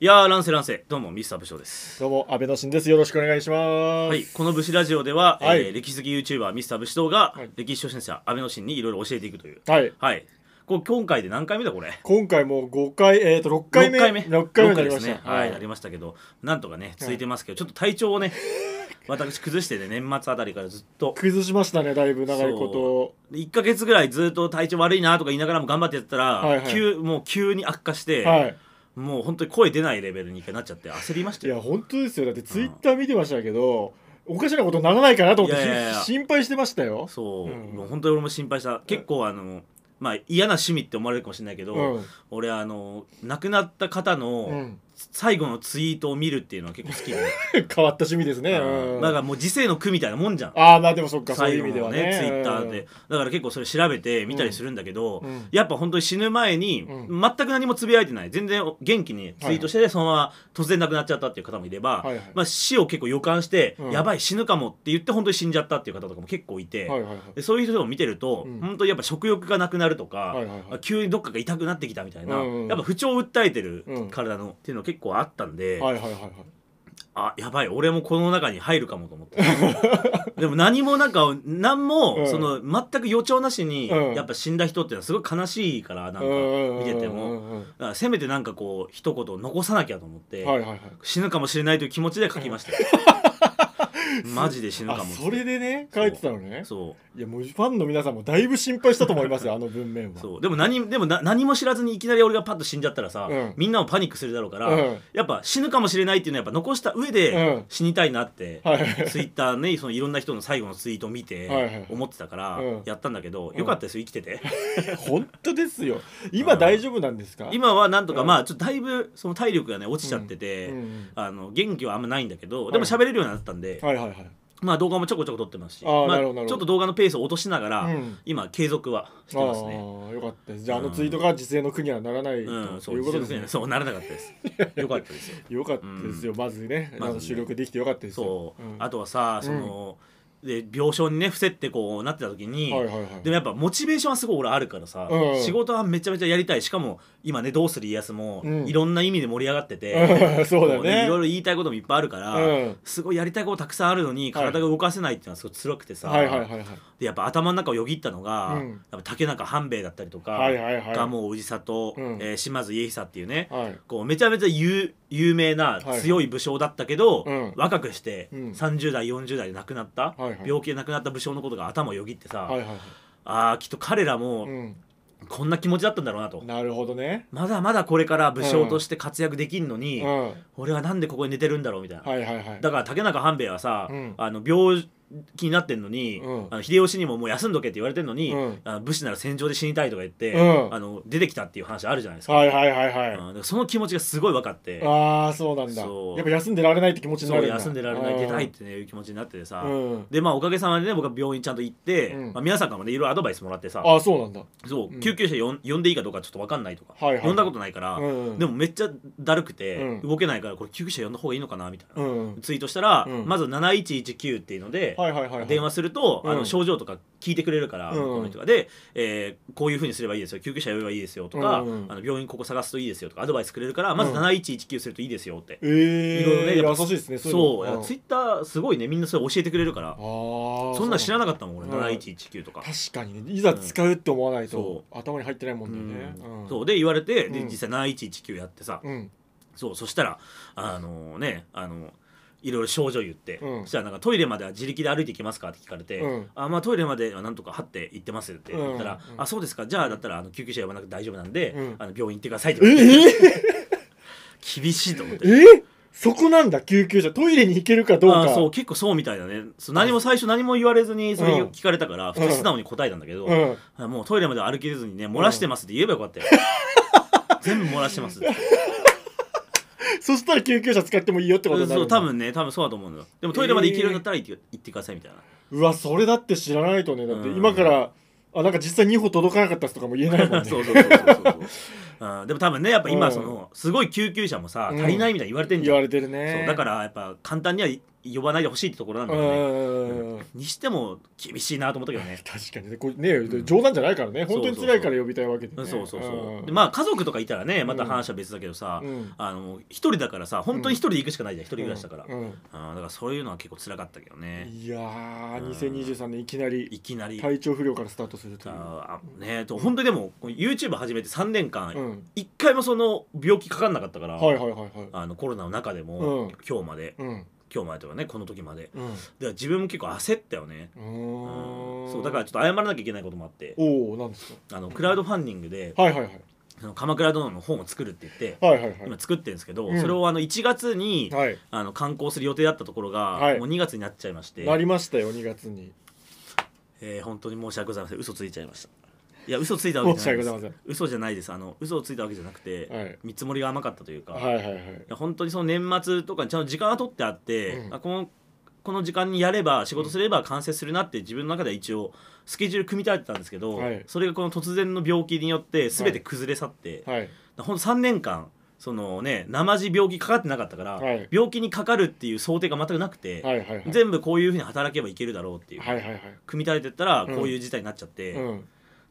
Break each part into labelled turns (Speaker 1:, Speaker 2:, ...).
Speaker 1: いやー、乱世乱世、どうも、ミスター武将です。
Speaker 2: どうも安倍の新ですよろしくお願いします、
Speaker 1: はい、この武士ラジオでは、
Speaker 2: はい
Speaker 1: えー歴史好き YouTuber、ミスター武士道が、
Speaker 2: はい
Speaker 1: 歴史初心者、安倍の真にいろいろ教えていくという。
Speaker 2: はい
Speaker 1: はい。こう今回で何回目だ、これ。
Speaker 2: 今回もう5回えっ、と6回目
Speaker 1: 6回目
Speaker 2: 六回目になりま
Speaker 1: です
Speaker 2: し
Speaker 1: ね
Speaker 2: た、
Speaker 1: はい、なりましたけどなんとかね続いてますけど、ちょっと体調をね 私崩してね年末あたりからずっと
Speaker 2: 崩しましたねだいぶ長いこ
Speaker 1: 1か月ぐらいずっと体調悪いなとか言いながらも頑張ってやってたら、
Speaker 2: はいはい
Speaker 1: 急もう急に悪化して、
Speaker 2: とはい
Speaker 1: もう本当に声出ないレベルに一回なっちゃって焦りまし
Speaker 2: い
Speaker 1: た
Speaker 2: や
Speaker 1: よ
Speaker 2: 本当ですよだってツイッター見てましたけど、おかしなことにならないかなと思って
Speaker 1: いやいやいや
Speaker 2: 心配してましたよ
Speaker 1: そう、
Speaker 2: うん
Speaker 1: もう本当に俺も心配した結構あのまあ嫌な趣味って思われるかもしれないけど、
Speaker 2: うん
Speaker 1: 俺あの亡くなった方
Speaker 2: う
Speaker 1: の
Speaker 2: ん、
Speaker 1: 最後のツイートを見るっていうのは結構好きで、
Speaker 2: 変わった趣味ですね、
Speaker 1: うん、だからもう時世の句みたいなもんじゃん
Speaker 2: ああまあでもそっかそうい
Speaker 1: 最後
Speaker 2: う意味で
Speaker 1: の
Speaker 2: は
Speaker 1: ね
Speaker 2: ね
Speaker 1: ツイッターで、だから結構それ調べて見たりするんだけど、
Speaker 2: うんうん
Speaker 1: やっぱ本当に死ぬ前に
Speaker 2: うん
Speaker 1: 全く何もつぶやいてない全然元気にツイートして、そのまま突然亡くなっちゃったっていう方もいれば、
Speaker 2: はいはい
Speaker 1: まあ、死を結構予感して、
Speaker 2: うん
Speaker 1: やばい死ぬかもって言って本当に死んじゃったっていう方とかも結構いて、
Speaker 2: はいはいはい
Speaker 1: でそういう人を見てると、
Speaker 2: うん
Speaker 1: 本当にやっぱ食欲がなくなるとか、
Speaker 2: はいはいはい
Speaker 1: 急にどっかが痛くなってきたみたいな、
Speaker 2: うんうん
Speaker 1: やっぱ不調を訴えてる
Speaker 2: うん
Speaker 1: 体の、っていうの結構あったんで、
Speaker 2: はいはいはいはい
Speaker 1: あやばい俺もこの中に入るかもと思って でも何もなんか何も、
Speaker 2: うん
Speaker 1: その全く予兆なしに、
Speaker 2: うん
Speaker 1: やっぱ死んだ人っていうのはすごい悲しいからなんか見てても、
Speaker 2: う
Speaker 1: だ
Speaker 2: んうんうん
Speaker 1: からせめてなんかこう一言残さなきゃと思って、
Speaker 2: はいはいはい
Speaker 1: 死ぬかもしれないという気持ちで書きま したよ、マジで死ぬか
Speaker 2: あ
Speaker 1: も
Speaker 2: それでね書いてたのね
Speaker 1: そう
Speaker 2: いやもうファンの皆さんもだいぶ心配したと思いま すよあの文面は
Speaker 1: そうでも何でもな何も知らずにいきなり俺がパッと死んじゃったらさ、
Speaker 2: うん
Speaker 1: みんなもパニックするだろうから、
Speaker 2: うん
Speaker 1: やっぱ死ぬかもしれないっていうのはやっぱ残した上
Speaker 2: う
Speaker 1: で
Speaker 2: ん
Speaker 1: 死にたいなって、
Speaker 2: はい
Speaker 1: ツイッターねそのいろんな人の最後のツイートを見
Speaker 2: はいはい
Speaker 1: て思ってたから
Speaker 2: うん
Speaker 1: やったんだけど、
Speaker 2: ん
Speaker 1: よかったですよ生きてて
Speaker 2: 本当ですよ今大丈夫なんですか
Speaker 1: 今はなんとか、
Speaker 2: うん
Speaker 1: まあちょっとだいぶその体力がね落ちちゃってて、
Speaker 2: うん
Speaker 1: あの元気はあんまないんだけど、
Speaker 2: い
Speaker 1: でも喋れるようになったんで、
Speaker 2: はいはいはい
Speaker 1: まあ動画もちょこちょこ撮ってますし
Speaker 2: あー
Speaker 1: まあ、
Speaker 2: なる
Speaker 1: ち
Speaker 2: ほどな
Speaker 1: ょっ
Speaker 2: るほど
Speaker 1: と動画のペースを落としながら、
Speaker 2: うん
Speaker 1: 今継続はして
Speaker 2: ああ
Speaker 1: ますね
Speaker 2: ーよかったですじゃああの
Speaker 1: うん
Speaker 2: ツイートが実践の苦にはならない
Speaker 1: うん、そ
Speaker 2: と
Speaker 1: う
Speaker 2: いうことです
Speaker 1: 実力
Speaker 2: ね
Speaker 1: ねそうならなかったですよかったですよ
Speaker 2: よかったですよまずね
Speaker 1: まずね
Speaker 2: あの収録できてよかったですよ
Speaker 1: そう、
Speaker 2: ん
Speaker 1: あとはさその、で病床にね伏せってこうなってた時に、
Speaker 2: はいはいはい
Speaker 1: でもやっぱモチベーションはすごい俺あるからさ、
Speaker 2: うん
Speaker 1: 仕事はめちゃめちゃやりたいしかも今ね「どうする家康も」
Speaker 2: うん
Speaker 1: いろんな意味で盛り上がってて、
Speaker 2: うん そうだ
Speaker 1: こ
Speaker 2: よ
Speaker 1: うね
Speaker 2: ね
Speaker 1: いろいろ言いたいこともいっぱいあるから、
Speaker 2: うん
Speaker 1: すごいやりたいことたくさんあるのに体が動かせないっていうのはすごい辛くてさ、
Speaker 2: はいはいはいはい
Speaker 1: でやっぱ頭の中をよぎったのが、
Speaker 2: うん
Speaker 1: やっぱ竹中半兵衛だったりとか、
Speaker 2: はいはいはい
Speaker 1: 蒲生氏里、
Speaker 2: うん
Speaker 1: えー島津家久っていうね、
Speaker 2: はい
Speaker 1: こうめちゃめちゃ有有名な
Speaker 2: はい
Speaker 1: 強い武将だったけど、
Speaker 2: うん
Speaker 1: 若くして
Speaker 2: うん
Speaker 1: 30代40代で亡くなった、
Speaker 2: はいはい
Speaker 1: 病気で亡くなった武将のことが頭をよぎってさ、
Speaker 2: はいはいはい
Speaker 1: あーきっと彼ら
Speaker 2: う
Speaker 1: も
Speaker 2: ん
Speaker 1: こんな気持ちだったんだろうなと、
Speaker 2: なるほどね
Speaker 1: まだまだこれから武将として活躍できんの
Speaker 2: う
Speaker 1: に、
Speaker 2: んはい
Speaker 1: 俺はなんでここに寝てるんだろうみたいな、
Speaker 2: はいはい
Speaker 1: だから竹中半兵衛はさ、
Speaker 2: うん
Speaker 1: あの病気になってんのに、
Speaker 2: うん
Speaker 1: あの秀吉にももう休んどけって言われてんのに、
Speaker 2: うん
Speaker 1: あの武士なら戦場で死にたいとか言って、
Speaker 2: うん
Speaker 1: あの出てきたっていう話あるじゃないですか,、
Speaker 2: はいはいはいは
Speaker 1: う
Speaker 2: い
Speaker 1: んだからその気持ちがすごい分かって。
Speaker 2: ああそうなんだ
Speaker 1: そう
Speaker 2: やっぱ休んでられないって気持ちにな
Speaker 1: そう
Speaker 2: る
Speaker 1: ん
Speaker 2: だ
Speaker 1: 休んでられない出たいっ
Speaker 2: うん
Speaker 1: て、ね、いう気持ちになっててさ、
Speaker 2: うん
Speaker 1: でまあおかげさまでね僕は病院ちゃんと行って、
Speaker 2: うん
Speaker 1: まあ、皆さんからもねいろいろアドバイスもらってさ
Speaker 2: ああそうなんだ
Speaker 1: そう、
Speaker 2: うん
Speaker 1: 救急車よん呼んでいいかどうかちょっと分かんないとか、
Speaker 2: はいはい
Speaker 1: 呼んだことないから、
Speaker 2: うん
Speaker 1: でもめっちゃだるくて、
Speaker 2: うん
Speaker 1: 動けないからこれ救急車呼んだ方がいいのかなみたいな、
Speaker 2: うん
Speaker 1: ツイートしたら、
Speaker 2: うん
Speaker 1: まず7119っていうので、
Speaker 2: はいはいはいはい
Speaker 1: 電話すると、あ
Speaker 2: う
Speaker 1: の
Speaker 2: ん
Speaker 1: 症状とか聞いてくれるから、
Speaker 2: うん
Speaker 1: この人がで、えーこういうふうにすればいいですよ救急車呼べばいいですよとか、
Speaker 2: うん
Speaker 1: あの病院ここ探すといいですよとかアドバイスくれるからまず
Speaker 2: うん
Speaker 1: 7119するといいですよって、
Speaker 2: え
Speaker 1: いろいろね
Speaker 2: え
Speaker 1: や
Speaker 2: 優
Speaker 1: っぱ
Speaker 2: しいですね
Speaker 1: そう
Speaker 2: いの
Speaker 1: ツイッターすごいねみんなそれ教えてくれるから
Speaker 2: あー
Speaker 1: そんなん知ら
Speaker 2: な
Speaker 1: なかったもん俺、
Speaker 2: うん
Speaker 1: 7119とか。
Speaker 2: 確かにねいざ使うって思わないと
Speaker 1: そ
Speaker 2: 頭に入ってないもんだよね
Speaker 1: うん
Speaker 2: ん
Speaker 1: そうで言われてで
Speaker 2: うん
Speaker 1: 実際7119やってさ、
Speaker 2: うん
Speaker 1: そうそしたらあのねあのいろいろ症状言って、
Speaker 2: うん
Speaker 1: そしたらなんかトイレまでは自力で歩いていきますかって聞かれて、
Speaker 2: うん
Speaker 1: あまあトイレまではなんとか張って行ってますって言ったら、
Speaker 2: うんうん
Speaker 1: あそうですかじゃあだったらあの救急車呼ばなくて大丈夫なんで、
Speaker 2: うん
Speaker 1: あの病院行ってくださいって
Speaker 2: え
Speaker 1: 言われて
Speaker 2: え
Speaker 1: 厳しいと思って。
Speaker 2: えそこなんだ救急車トイレに行けるかどう
Speaker 1: あ
Speaker 2: か
Speaker 1: そう結構そうみたいだねそう何も最初何も言われずにそれ聞かれたから、普通素直に答えたんだけど、
Speaker 2: うん
Speaker 1: あもうトイレまで歩けずにね漏らしてますって言えばよか ったよ、全部漏らしてますって
Speaker 2: そしたら救急車使ってもいいよってことになる
Speaker 1: そうん
Speaker 2: だ
Speaker 1: 多分ね多分そうだと思うんだよでもトイレまで行けるんだったら行って,、行ってくださいみたいな
Speaker 2: うわそれだって知らないとねだって
Speaker 1: うん
Speaker 2: 今からあなんか実際2歩届かなかったっすとかも言え ないもんね
Speaker 1: そうそうそうそう そう、うん、でも多分ねやっぱ
Speaker 2: う
Speaker 1: 今
Speaker 2: ん
Speaker 1: そのすごい救急車もさ
Speaker 2: うん
Speaker 1: 足りないみたいに言われてんじ
Speaker 2: 言
Speaker 1: ゃん、
Speaker 2: われてるね
Speaker 1: そうだからやっぱ簡単にはい呼ばないでほしいってところなんだ
Speaker 2: う
Speaker 1: けどね、
Speaker 2: んうん
Speaker 1: にしても厳しいなと思ったけどね
Speaker 2: 確かにねこれね、
Speaker 1: ん
Speaker 2: 冗談じゃないからね
Speaker 1: そうそう
Speaker 2: 本
Speaker 1: そう
Speaker 2: 当に辛いから呼びたいわけで、ね、
Speaker 1: そうそうそう、
Speaker 2: ん
Speaker 1: でまあ家族とかいたらねまた話は別だけどさ、
Speaker 2: うん
Speaker 1: あの一人だからさ本当に一人で行くしかないじゃん、一人暮らしだから、
Speaker 2: うんうん
Speaker 1: あーだからそういうのは結構辛かったけどね
Speaker 2: いやー
Speaker 1: うん
Speaker 2: 2023年いきないり
Speaker 1: きなり
Speaker 2: 体調不良からスタートするという
Speaker 1: あーねと本当にでもこう YouTube 始めて3年
Speaker 2: う
Speaker 1: 間
Speaker 2: ん、
Speaker 1: 一回もその病気かかんなかったから、
Speaker 2: はいはいはいはい
Speaker 1: あのコロナの中でも、
Speaker 2: うん
Speaker 1: 今日まで
Speaker 2: うん
Speaker 1: 今日までとかねこの時までだか
Speaker 2: うん
Speaker 1: ら自分も結構焦ったよね
Speaker 2: う
Speaker 1: うん
Speaker 2: ーん
Speaker 1: そうだからちょっと謝らなきゃいけないこともあって
Speaker 2: おおなんですか
Speaker 1: あのクラウドファンディングで
Speaker 2: はいはいはい
Speaker 1: 「あの鎌倉殿」の本を作るって言って
Speaker 2: はいはいはい
Speaker 1: 今作ってるんですけど
Speaker 2: うん
Speaker 1: それをあの1月に
Speaker 2: はい
Speaker 1: あの観光する予定だったところが
Speaker 2: はい
Speaker 1: もう2月になっちゃいまして
Speaker 2: なりましたよ2月に
Speaker 1: えー本当に申し訳ございません嘘ついちゃいましたいや嘘ついたわけじゃないで
Speaker 2: 申し訳ござい
Speaker 1: す嘘じゃないですあの嘘をついたわけじゃなくて、
Speaker 2: はい
Speaker 1: 見積もりが甘かったというか、
Speaker 2: はいいはいはい
Speaker 1: や本当にその年末とかにちゃんと時間は取ってあって、
Speaker 2: うん
Speaker 1: あこのこの時間にやれば仕事すれば完成するなって自分の中では一応スケジュール組み立てたんですけど、
Speaker 2: はい
Speaker 1: それがこの突然の病気によって全て崩れ去って、
Speaker 2: はい
Speaker 1: ほんと3年間そのね生地病気かかってなかったから、
Speaker 2: はい
Speaker 1: 病気にかかるっていう想定が全くなくて、
Speaker 2: はいはいはい
Speaker 1: 全部こういうふうに働けばいけるだろうっていう、
Speaker 2: はいはいはい
Speaker 1: 組み立ててったら
Speaker 2: うん
Speaker 1: こういう事態になっちゃって、
Speaker 2: うん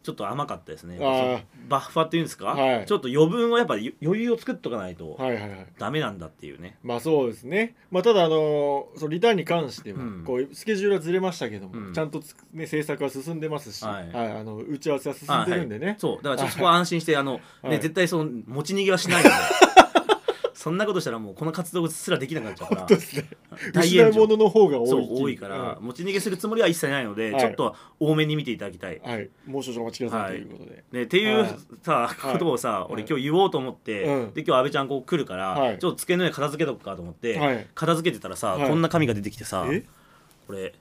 Speaker 1: ちょっと甘かったですね
Speaker 2: あー
Speaker 1: バッファっていうんですか、
Speaker 2: はい
Speaker 1: ちょっと余分をやっぱり余裕を作っとかないと
Speaker 2: はいはいはい
Speaker 1: ダメなんだっていうね、
Speaker 2: まあそうですね、まあ、ただ、あのーそうリターンに関しては、
Speaker 1: うん
Speaker 2: こうスケジュールはずれましたけども、
Speaker 1: うん
Speaker 2: ちゃんとつ、ね、制作は進んでますし、
Speaker 1: は
Speaker 2: はいいあの打ち合わせは進んでるんでね、
Speaker 1: そうだからちょっとそこは安心してあの、
Speaker 2: はい
Speaker 1: ね、絶対その持ち逃げはしない のでそんなことしたらもうこの活動すらできなくなっちゃうから
Speaker 2: そうですね
Speaker 1: 大
Speaker 2: 失
Speaker 1: 炎
Speaker 2: い
Speaker 1: 上
Speaker 2: 物の方が多い
Speaker 1: そう
Speaker 2: っていう
Speaker 1: 多いから、
Speaker 2: う
Speaker 1: 持ち逃げするつもりは一切ないので、
Speaker 2: はい
Speaker 1: ちょっと多めに見ていただきたい。
Speaker 2: んはい、もう少々お待ちくださいということで、
Speaker 1: ね、っていう
Speaker 2: はい
Speaker 1: さ、
Speaker 2: はい
Speaker 1: ことをさ、俺今日言おうと思って、
Speaker 2: うん
Speaker 1: で今日安倍ちゃんこう来るから、
Speaker 2: はい
Speaker 1: ちょっと机の上片付けとくかと思って、
Speaker 2: はい
Speaker 1: 片付けてたらさ、
Speaker 2: はい
Speaker 1: こんな紙が出てきてさ
Speaker 2: え
Speaker 1: これ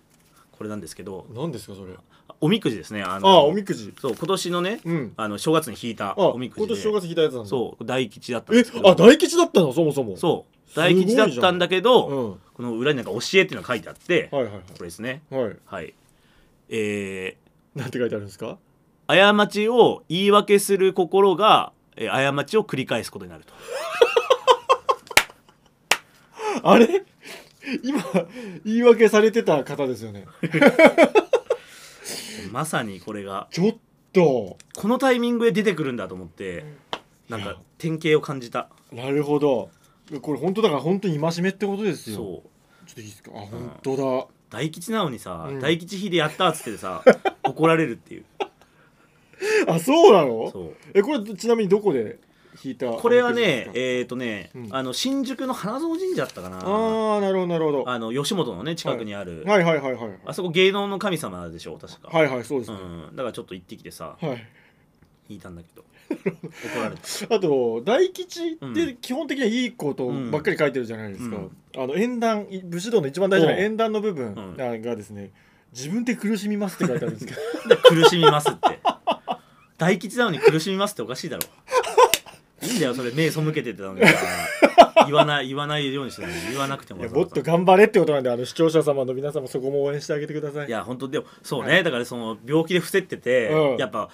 Speaker 1: これなんですけど
Speaker 2: 何ですかそれあ
Speaker 1: おみくじですねあの
Speaker 2: あおみくじ
Speaker 1: そう今年のね、
Speaker 2: うん
Speaker 1: あの正月に引いた
Speaker 2: あ
Speaker 1: おみくじ
Speaker 2: 今
Speaker 1: で
Speaker 2: 年正月引いたやつなんだ
Speaker 1: そう大吉だったん
Speaker 2: え
Speaker 1: ですけど
Speaker 2: あ大吉だったのそもそも
Speaker 1: そう
Speaker 2: すごい
Speaker 1: 大
Speaker 2: じゃん
Speaker 1: 吉だったんだけど、
Speaker 2: うん
Speaker 1: この裏になんか「教え」っていうのが書いてあって、
Speaker 2: はいはいは
Speaker 1: これですね
Speaker 2: いはい
Speaker 1: はいえー
Speaker 2: なんて書いてあるんですか
Speaker 1: 過ちを言い訳する心が、えー過ちを繰り返すことになると
Speaker 2: あれ今言い訳されてた方ですよね
Speaker 1: まさにこれが
Speaker 2: ちょっと
Speaker 1: このタイミングで出てくるんだと思ってなん
Speaker 2: い
Speaker 1: か
Speaker 2: や
Speaker 1: 典型を感じた
Speaker 2: なるほどこれ本当だから本当に戒めってことですよ
Speaker 1: そう
Speaker 2: ちょっといいですかあ本当だ
Speaker 1: 大吉なのにさ、
Speaker 2: うん
Speaker 1: 大吉秀やったっつって さ怒られるっていう
Speaker 2: あそうなの
Speaker 1: そう
Speaker 2: えこれちなみにどこで弾いた
Speaker 1: これは
Speaker 2: お
Speaker 1: ね
Speaker 2: みくじですか
Speaker 1: えっ、ー、とね、
Speaker 2: うん
Speaker 1: あの新宿の花園神社だったかな
Speaker 2: あーなるほどなるほどは
Speaker 1: あの吉本のね近くにある、
Speaker 2: いはいはいはいはい
Speaker 1: あそこ芸能の神様でしょ確か、
Speaker 2: はいはいそうです
Speaker 1: う
Speaker 2: ね、
Speaker 1: ん、だからちょっと行ってきてさ
Speaker 2: はい
Speaker 1: 引いたんだ けど怒られた
Speaker 2: あと大吉っ
Speaker 1: う
Speaker 2: て基本的にはいいことばっかり書いてるじゃないですか、
Speaker 1: うん
Speaker 2: あの演壇い武士道の一番大事な
Speaker 1: うん
Speaker 2: 演壇の部分
Speaker 1: うん
Speaker 2: あがですね自分で苦しみますって書いてあるんですけど
Speaker 1: で苦しみますって大吉なのに苦しみますっておかしいだろいいんだよそれ目背けてたのにさ言わない言わないようにしてたのに言わなくても
Speaker 2: いや
Speaker 1: わざわ
Speaker 2: も
Speaker 1: ざ
Speaker 2: っと頑張れってことなんであの視聴者様の皆様そこも応援してあげてください
Speaker 1: いや本当でもそうね、だからその病気で伏せってて、
Speaker 2: うん
Speaker 1: やっぱ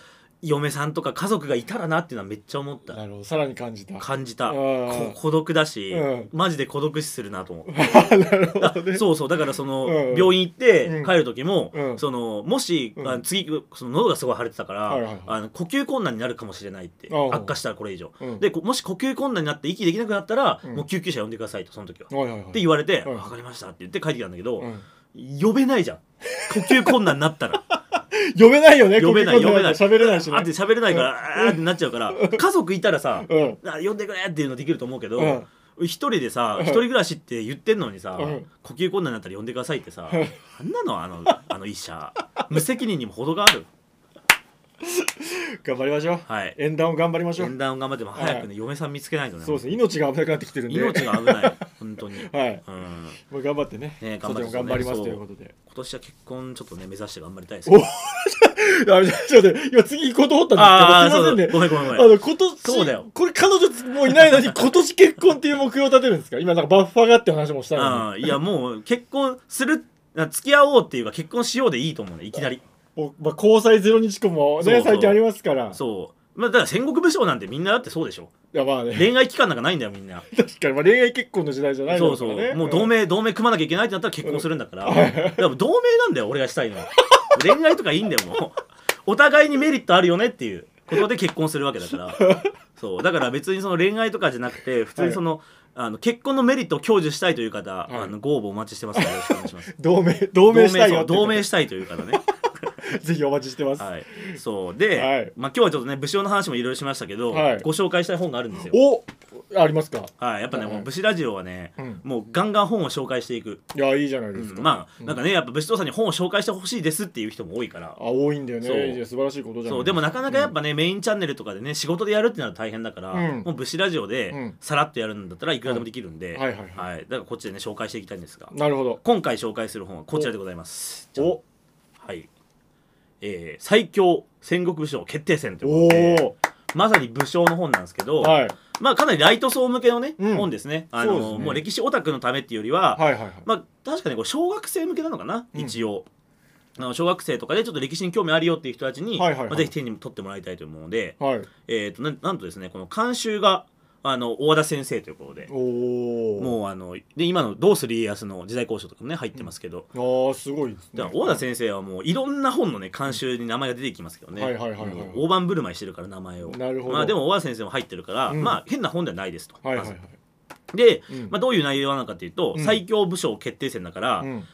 Speaker 1: 嫁さんとか家族がいたらなっていうのはめっちゃ思った
Speaker 2: なるほどさらに感じた
Speaker 1: 感じた、
Speaker 2: うん
Speaker 1: こ孤独だし、
Speaker 2: うん
Speaker 1: マジで孤独死するな と思って
Speaker 2: なるほどね。
Speaker 1: そうそうだからその、
Speaker 2: うん
Speaker 1: 病院行って
Speaker 2: うん
Speaker 1: 帰る時も、
Speaker 2: うん
Speaker 1: そのもし、
Speaker 2: うん
Speaker 1: あの次その喉がすごい腫れてたから、
Speaker 2: はいはいはい
Speaker 1: あの呼吸困難になるかもしれないって
Speaker 2: うん
Speaker 1: 悪化したらこれ以上、
Speaker 2: うん
Speaker 1: でこもし呼吸困難になって息できなくなったら、
Speaker 2: うん
Speaker 1: もう救急車呼んでくださいとその時は、
Speaker 2: はいはいはい。
Speaker 1: って言われて「
Speaker 2: うん
Speaker 1: 分かりました」って言って帰ってきたんだけど、
Speaker 2: うん
Speaker 1: 呼べないじゃん呼吸困難になったら。
Speaker 2: 呼べないよね。
Speaker 1: 呼べない
Speaker 2: こう
Speaker 1: 呼べ
Speaker 2: うこと
Speaker 1: ない
Speaker 2: 喋れないしね
Speaker 1: あって。喋れない から、あーってなっちゃうから家族いたらさ
Speaker 2: うん。
Speaker 1: あ呼んでくれっていうのできると思うけど、
Speaker 2: うん
Speaker 1: 一人でさ
Speaker 2: うん
Speaker 1: 一人暮らしって言ってんのにさ、
Speaker 2: うん
Speaker 1: 呼吸困難になったら呼んでくださいってさ、
Speaker 2: うん
Speaker 1: あんなのあの あの医者無責任にも程がある
Speaker 2: 頑張りましょう。
Speaker 1: はい
Speaker 2: 演談を頑張りましょう
Speaker 1: 縁。談を頑張っても早くね、嫁さん見つけないとね
Speaker 2: そうですね。命が危なくなってきてるんで。
Speaker 1: 命が危ない本当に、うん、
Speaker 2: はい。
Speaker 1: 今
Speaker 2: もう頑張ってね。
Speaker 1: ね
Speaker 2: とても頑張りますということで。
Speaker 1: 年は結婚ちょっとね目指して頑張りたいです
Speaker 2: おあ、ちょっと待って今次行こうと思ったんですけど、すいません
Speaker 1: だ
Speaker 2: ね。
Speaker 1: ごめんごめんごめ
Speaker 2: あ
Speaker 1: ん
Speaker 2: の今年
Speaker 1: そうだよ
Speaker 2: これ彼女もういないのに今年結婚っていう目標を立てるんですか今なんかバッファーがって話もしたのに
Speaker 1: あーいやもう結婚するな付き合おうっていうか結婚しようでいいと思うねいきなり
Speaker 2: もうまあ、交際ゼロ日婚も
Speaker 1: そうそ
Speaker 2: ね
Speaker 1: う
Speaker 2: 最近ありますから
Speaker 1: そうまあだから戦国武将なんてみんなだってそうでしょ
Speaker 2: いやまあね
Speaker 1: 恋愛期間なんかないんだよみんな
Speaker 2: 確かに、まあ、恋愛結婚の時代じゃない
Speaker 1: そ
Speaker 2: の
Speaker 1: う
Speaker 2: か
Speaker 1: そ
Speaker 2: ら
Speaker 1: う、
Speaker 2: ね
Speaker 1: もう同盟同盟組まなきゃいけないってなったら結婚するんだから、だから同盟なんだよ俺がしたいのは恋愛とかいいんだよもう お互いにメリットあるよねっていうことで結婚するわけだからそうだから別にその恋愛とかじゃなくて普通にその,、あの結婚のメリットを享受したいという方、
Speaker 2: い
Speaker 1: あのご応募お待ちしてますのでよろしくお願いします
Speaker 2: 同盟 同盟したいよ
Speaker 1: そう
Speaker 2: っていう
Speaker 1: 同盟したいという方ね
Speaker 2: ぜひお待ちしてます、
Speaker 1: はいそうで、
Speaker 2: はい
Speaker 1: まあ、今日はちょっとね武将の話もいろいろしましたけど、
Speaker 2: はい
Speaker 1: ご紹介したい本があるんですよ
Speaker 2: おありますか
Speaker 1: はいやっぱね、
Speaker 2: はい
Speaker 1: もう武士ラジオはね、
Speaker 2: うん
Speaker 1: もうガンガン本を紹介していく
Speaker 2: いやいいじゃないですか、
Speaker 1: まあなんかねやっぱ武士父さんに本を紹介してほしいですっていう人も多いから
Speaker 2: あ多いんだよ
Speaker 1: そう
Speaker 2: ねいや素晴らしいことじゃない
Speaker 1: そうでもなかなかやっぱね、メインチャンネルとかでね仕事でやるってなると大変だから、
Speaker 2: うん
Speaker 1: もう武士ラジオ
Speaker 2: う
Speaker 1: で
Speaker 2: ん
Speaker 1: さらっとやるんだったらいくらでもできるんで、
Speaker 2: はいはいは
Speaker 1: だからこっちでね紹介していきたいんですが
Speaker 2: いなるほど
Speaker 1: 今回紹介する本はこちらでございますじゃん
Speaker 2: お
Speaker 1: はいえー最強戦国武将決定戦というこ
Speaker 2: お
Speaker 1: とで
Speaker 2: ー
Speaker 1: まさに武将の本なんですけど、
Speaker 2: はい
Speaker 1: まあかなりライト層向けのね、
Speaker 2: うん
Speaker 1: 本ですねあの
Speaker 2: そうですね
Speaker 1: もう歴史オタクのためっていうよりは、
Speaker 2: はいはいはい
Speaker 1: まあ、確かにこう小学生向けなのかな、
Speaker 2: うん
Speaker 1: 一応あの小学生とかでちょっと歴史に興味あるよっていう人たちに、
Speaker 2: はいはいはい
Speaker 1: まあぜひ手に取ってもらいたいと思うので、
Speaker 2: はい
Speaker 1: えー、とななんとですねこの監修があの大和田先生ということで
Speaker 2: おお
Speaker 1: もうあので今の「どうする家康」の時代交渉とかもね入ってますけど、
Speaker 2: あーすごいですね
Speaker 1: だから大和田先生はもういろんな本のね監修に名前が出てきますけどね、
Speaker 2: はいはいはいはい
Speaker 1: もう大盤振る舞いしてるから名前を
Speaker 2: なるほど
Speaker 1: まあ、でも大和田先生も入ってるから、
Speaker 2: うん
Speaker 1: まあ変な本ではないですと、
Speaker 2: はいはいはい
Speaker 1: まずで、
Speaker 2: うん
Speaker 1: まあ、どういう内容なのかというと、
Speaker 2: うん
Speaker 1: 最強武将決定戦だから、
Speaker 2: うん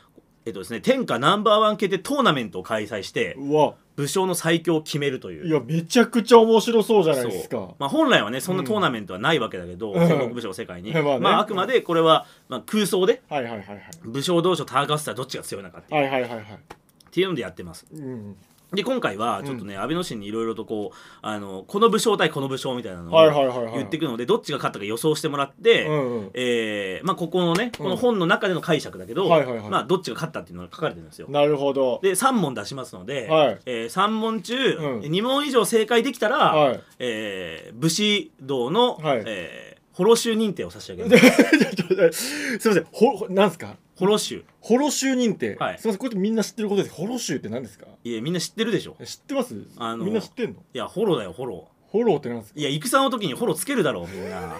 Speaker 1: えっとですね、天下ナンバーワン決定トーナメントを開催して
Speaker 2: うわ
Speaker 1: 武将の最強を決めるという
Speaker 2: いやめちゃくちゃ面白そうじゃないです
Speaker 1: そう
Speaker 2: か
Speaker 1: まあ、本来はねそんなトーナメントはないわけだけど、
Speaker 2: うん
Speaker 1: 戦国武将の世界に、
Speaker 2: まあね
Speaker 1: まあ、あくまでこれは、まあ、空想で
Speaker 2: はいはいはいはい
Speaker 1: 武将同士を戦わせたらどっちが強いのかっていう,、
Speaker 2: はいはいはいはい
Speaker 1: っていうのでやってます
Speaker 2: うん
Speaker 1: で今回はちょっとね、安倍の市にいろいろとこうあのこの武将対この武将みたいなの
Speaker 2: はいは
Speaker 1: を
Speaker 2: いはいはい
Speaker 1: 言っていくので、どっちが勝ったか予想してもらって、
Speaker 2: うんうん
Speaker 1: えーまあ、ここのねこの本の中での解釈だけど、
Speaker 2: はいはいはい
Speaker 1: まあ、どっちが勝ったっていうのが書かれてるんですよ
Speaker 2: なるほど
Speaker 1: で3問出しますので、
Speaker 2: はい
Speaker 1: え3問中、
Speaker 2: うん
Speaker 1: 2問以上正解できたら、
Speaker 2: はい
Speaker 1: えー武士道の、
Speaker 2: はい
Speaker 1: えー、ホロシュ認定を差し上げます
Speaker 2: すいませんほほなんですか
Speaker 1: ホロシュ
Speaker 2: ホロ州認定、
Speaker 1: はい
Speaker 2: すみませんこれってみんな知ってることですホロ州って何ですか
Speaker 1: いやみんな知ってるでしょ
Speaker 2: え知ってます、
Speaker 1: あの
Speaker 2: みんな知ってんの
Speaker 1: いやホロだよホロ
Speaker 2: ホローって何ですか
Speaker 1: いや戦の時にホロつけるだろうみん な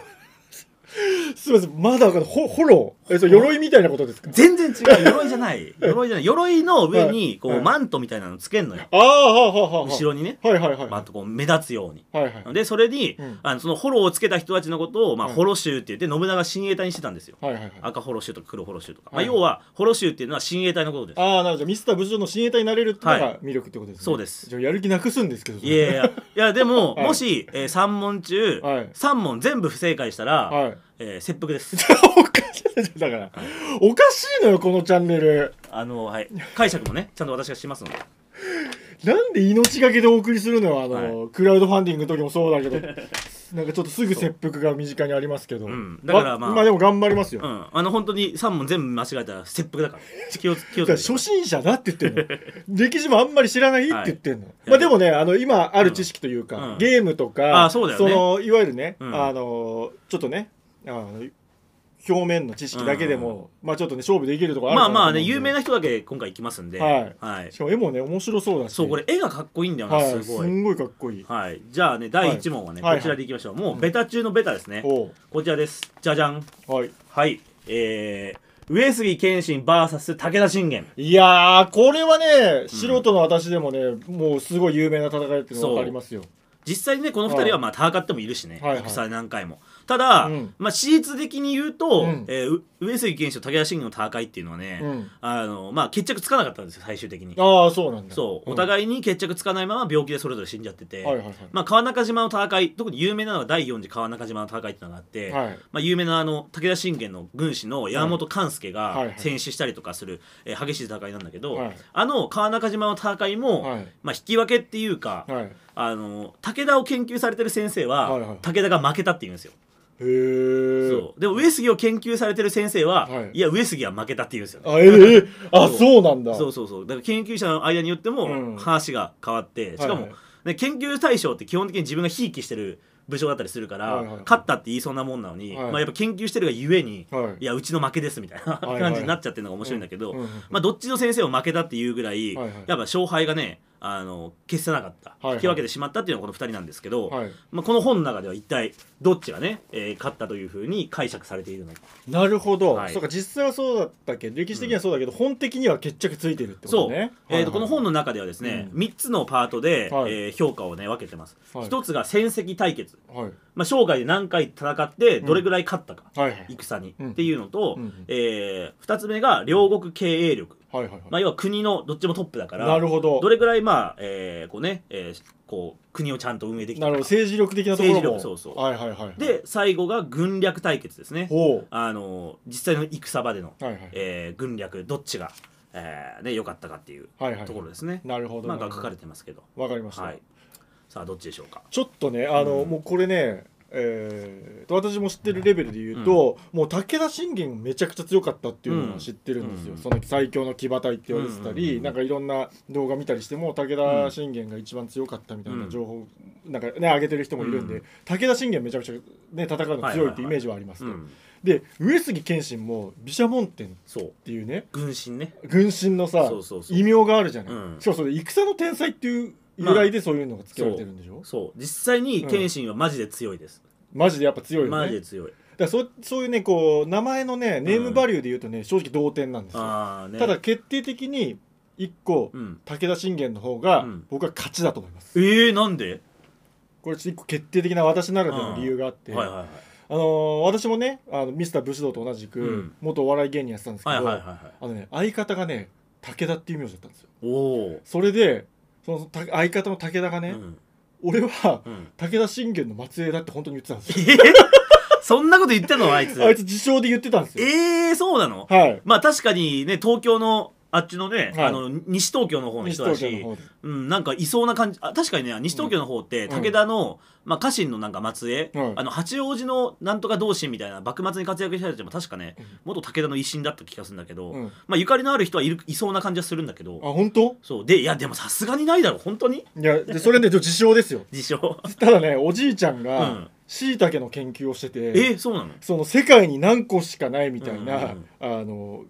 Speaker 2: すみませんまだわかんないホホローえそう鎧みたいなことですか
Speaker 1: 全然違う鎧じゃない鎧じゃない鎧の上にこう、
Speaker 2: はい
Speaker 1: マントみたいなのつけんのよ
Speaker 2: ああはあはあはあ
Speaker 1: 後ろにね、
Speaker 2: はいはいはい、
Speaker 1: まあ、こう目立つように
Speaker 2: はいはい
Speaker 1: でそれに、
Speaker 2: うん
Speaker 1: あのそのホロをつけた人たちのことを、まあ
Speaker 2: うん
Speaker 1: ホロ衆って言って信長親衛隊にしてたんですよ
Speaker 2: はいはいはい
Speaker 1: 赤ホロ州とか黒ホロ州とか、まあ、
Speaker 2: はい
Speaker 1: 要はホロ州っていうのは親衛隊のことです
Speaker 2: ああなるほどミスター武士道の親衛隊になれるっていうの
Speaker 1: は
Speaker 2: が魅力ってことですね、
Speaker 1: そうです
Speaker 2: じゃあやる気なくすんですけどそれ
Speaker 1: いやい やいやでも、
Speaker 2: はい
Speaker 1: もし、えー、3問中、
Speaker 2: はい
Speaker 1: 3問全部不正解したら、
Speaker 2: はい
Speaker 1: えー切腹です
Speaker 2: おかしいだからおかしいのよこのチャンネル
Speaker 1: あのはい解釈もねちゃんと私がしますので
Speaker 2: なんで命がけでお送りするのよあの、
Speaker 1: は
Speaker 2: クラウドファンディングの時もそうだけど なんかちょっとすぐ切腹が身近にありますけど、
Speaker 1: うんだからまあ
Speaker 2: まあでも頑張りますよ、
Speaker 1: う
Speaker 2: だか
Speaker 1: んあの本当に3問全部間違えたら切腹だから気を気を
Speaker 2: ら
Speaker 1: つけ
Speaker 2: 初
Speaker 1: て
Speaker 2: 心者だって言ってんの歴史もあんまり知らないって言ってんの、
Speaker 1: い
Speaker 2: まあでもねあの今ある知識という
Speaker 1: う
Speaker 2: か、
Speaker 1: んうん
Speaker 2: ゲームとか
Speaker 1: あそうだよね
Speaker 2: のいわゆるね、
Speaker 1: うん
Speaker 2: あのちょっとねあの表面の知識だけでも、まあちょっとね勝負できるとこある
Speaker 1: まあまあね有名
Speaker 2: な
Speaker 1: な人だけ今回行きますんで
Speaker 2: はい
Speaker 1: はい
Speaker 2: しかも絵もね面白そうだし
Speaker 1: そうこれ絵がかっこいいんだよな、
Speaker 2: はい、
Speaker 1: すごい
Speaker 2: んごいかっこいい
Speaker 1: はいじゃあね第1問はね、
Speaker 2: はい
Speaker 1: こちらでいきましょう、もうベタ中のベタですね
Speaker 2: おう
Speaker 1: こちらですじゃじゃん
Speaker 2: はい
Speaker 1: はいえー、上杉謙信 VS 武田信玄
Speaker 2: いやー、これはね、素人の私でもね、もうすごい有名な戦いっていうの
Speaker 1: そう
Speaker 2: 分かりますよ。
Speaker 1: 実際にねこの2
Speaker 2: はい
Speaker 1: 人はまあ戦ってもいるしね、
Speaker 2: はいはい
Speaker 1: 戦い何回もただ、
Speaker 2: うん
Speaker 1: まあ、史実的に言うと、
Speaker 2: うん
Speaker 1: えーう上杉謙信と武田信玄の戦いっていうのはね、
Speaker 2: うん
Speaker 1: あのまあ、決着つかなかったんですよ最終的に
Speaker 2: ああ、そうなんだ。
Speaker 1: そうお
Speaker 2: い、
Speaker 1: 互いに決着つかないまま病気でそれぞれ死んじゃってて、
Speaker 2: はいはいはい。
Speaker 1: まあ、川中島の戦い特に有名なのが第4次川中島の戦いっていうのがあって、
Speaker 2: はい
Speaker 1: まあ、有名なあの武田信玄の軍師の山本勘助
Speaker 2: はいは
Speaker 1: が
Speaker 2: い
Speaker 1: 戦死したりとかする、えー激しい戦いなんだけど、
Speaker 2: はい
Speaker 1: あの川中島の戦いも、
Speaker 2: はい
Speaker 1: まあ、引き分けっていうか、
Speaker 2: はい。へ
Speaker 1: あの武田を研究されてる先生は、
Speaker 2: はいはい
Speaker 1: 武田が負けたって言うんですよ、
Speaker 2: え。
Speaker 1: そうでも上杉を研究されてる先生は、
Speaker 2: はい
Speaker 1: い、や上杉は負けたって言うんですよね、
Speaker 2: あ、ええあ、
Speaker 1: そう
Speaker 2: そうなんだ。
Speaker 1: そうそうそうだから研究者の間によって
Speaker 2: うん
Speaker 1: も話が変わって、しかも、
Speaker 2: はいは
Speaker 1: ね、研究対象って基本的に自分がひいきしてる武将だったりするから、
Speaker 2: はいはい
Speaker 1: 勝ったって言いそうなもんなのに、
Speaker 2: はい
Speaker 1: まあ、やっぱ研究してるがゆえに、
Speaker 2: はい
Speaker 1: やうちの負けですみたいな
Speaker 2: いはい
Speaker 1: 感じになっちゃってるのが面白いんだけど、
Speaker 2: うんうん
Speaker 1: まあ、どっちの先生も負けたっていうぐらい、
Speaker 2: はいはい
Speaker 1: やっぱ勝敗がねあの消せなかった、
Speaker 2: はい
Speaker 1: 引き分けてしまったっていうのがこの2人なんですけど、
Speaker 2: はい
Speaker 1: まあ、この本の中では一体どっちがね、えー勝ったというふうに解釈されているのか
Speaker 2: なるほど、
Speaker 1: はい
Speaker 2: そうか実際はそうだったけど歴史的にはそうだけど、本的には決着ついてるってことね
Speaker 1: そう、えーとこの本
Speaker 2: の
Speaker 1: の中ではですね、
Speaker 2: う
Speaker 1: 3つのパートで、
Speaker 2: はい
Speaker 1: えー評価をね分けてます、
Speaker 2: はい
Speaker 1: 一1つが戦績対決、
Speaker 2: はい
Speaker 1: まあ、生涯で何回戦ってどれぐらい勝ったか、
Speaker 2: はいはい
Speaker 1: 戦に、
Speaker 2: うん
Speaker 1: っていうのと、
Speaker 2: うん
Speaker 1: え2つ目が両国経営力、
Speaker 2: はいはい
Speaker 1: まあ、要は国のどっちもトップだから
Speaker 2: なるほど
Speaker 1: どれぐらいまあ、えーこうね、えーこう国をちゃんと運営でき
Speaker 2: な
Speaker 1: た
Speaker 2: るほ
Speaker 1: か
Speaker 2: ど政治力的なところも
Speaker 1: 政治力そうそう
Speaker 2: はいはいはいはい
Speaker 1: で最後が軍略対決ですね
Speaker 2: ほ
Speaker 1: あの実際の戦場での、
Speaker 2: うはいはい
Speaker 1: えー軍略どっちが良、えーね、良かったかっていう
Speaker 2: はいはい
Speaker 1: ところですね、
Speaker 2: なるほど
Speaker 1: なんか書かれ
Speaker 2: て
Speaker 1: てますけど
Speaker 2: わかりました、
Speaker 1: はいさあどっちでしょうか
Speaker 2: ちょっとねあの、
Speaker 1: うん
Speaker 2: もうこれねえーと私も知ってるレベルで言うと、もう武田信玄めちゃくちゃ強かったっていうのは知ってるんですよ、
Speaker 1: うん
Speaker 2: その最強の騎馬隊って言われてたり、
Speaker 1: うん
Speaker 2: なんかいろんな動画見たりしても武田信玄が一番強かったみたいな情報、なんかね上げてる人もいるんで、
Speaker 1: うん
Speaker 2: 武田信玄めちゃくちゃ、ね、戦うの強いってイメージはあります
Speaker 1: う
Speaker 2: ね、
Speaker 1: ん
Speaker 2: で上杉謙信も毘沙門天っ
Speaker 1: そう
Speaker 2: ていうね
Speaker 1: 軍神ね
Speaker 2: 軍神のさ
Speaker 1: そうそうそう
Speaker 2: 異名があるじゃない、
Speaker 1: うん
Speaker 2: しかもそれ戦の天才っていう由来でそういうのがつけられてるんでしょ、
Speaker 1: そう実際に謙信はマジで強いです、
Speaker 2: マジでやっぱ強いよね
Speaker 1: マジで強い
Speaker 2: だからそうそういうねこう名前のねネームバリューで言うとね、正直同点なんですよ、
Speaker 1: ああね
Speaker 2: ただ決定的に一個、
Speaker 1: うん
Speaker 2: 武田信玄の方が、
Speaker 1: うん
Speaker 2: 僕は勝ちだと思います
Speaker 1: えー、なんで
Speaker 2: これ一個決定的な私ならではの理由があって、
Speaker 1: はいはいはい
Speaker 2: あのー私もねあのミスター武士道と同じく、
Speaker 1: うん
Speaker 2: 元お笑い芸人やってたんですけど、
Speaker 1: はいはいはいはい
Speaker 2: あのね相方がね武田っていう名字だったんですよ
Speaker 1: おお
Speaker 2: それでそのた相方の武田が
Speaker 1: ー、
Speaker 2: ね、
Speaker 1: うん
Speaker 2: 俺は
Speaker 1: うん、
Speaker 2: 武田信玄の末裔だって本当に言ってたんですよ
Speaker 1: え そんなこと言ってんのあいつ
Speaker 2: あいつ自称で言ってたんですよ
Speaker 1: ええー、そうなの
Speaker 2: はい
Speaker 1: まあ確かにね東京のあっちのね、
Speaker 2: はい
Speaker 1: あの西東京の方の
Speaker 2: 西
Speaker 1: 人だ
Speaker 2: 東京の
Speaker 1: し
Speaker 2: 方で
Speaker 1: うん、なんかいそうな感じあ確かにね西東京の方って
Speaker 2: ん
Speaker 1: 武田の、まあ、家臣のなんか末裔、
Speaker 2: はい
Speaker 1: あの八王子のなんとか同心みたいな幕末に活躍した人たちも確かね
Speaker 2: うん
Speaker 1: 元武田の維新だった気がするんだけど、
Speaker 2: うん
Speaker 1: まあ、ゆかりのある人はいるいそうな感じはするんだけ
Speaker 2: あ
Speaker 1: ど
Speaker 2: 本当
Speaker 1: そうでいやでもさすがにないだろ本当に
Speaker 2: いや でそれねちょ自称ですよ
Speaker 1: 自称
Speaker 2: ただねおじいちゃん
Speaker 1: う
Speaker 2: が
Speaker 1: ん
Speaker 2: しいたけの研究をしてて、
Speaker 1: えー、そうなの
Speaker 2: その世界に何個しかないみたいな、
Speaker 1: うん
Speaker 2: あの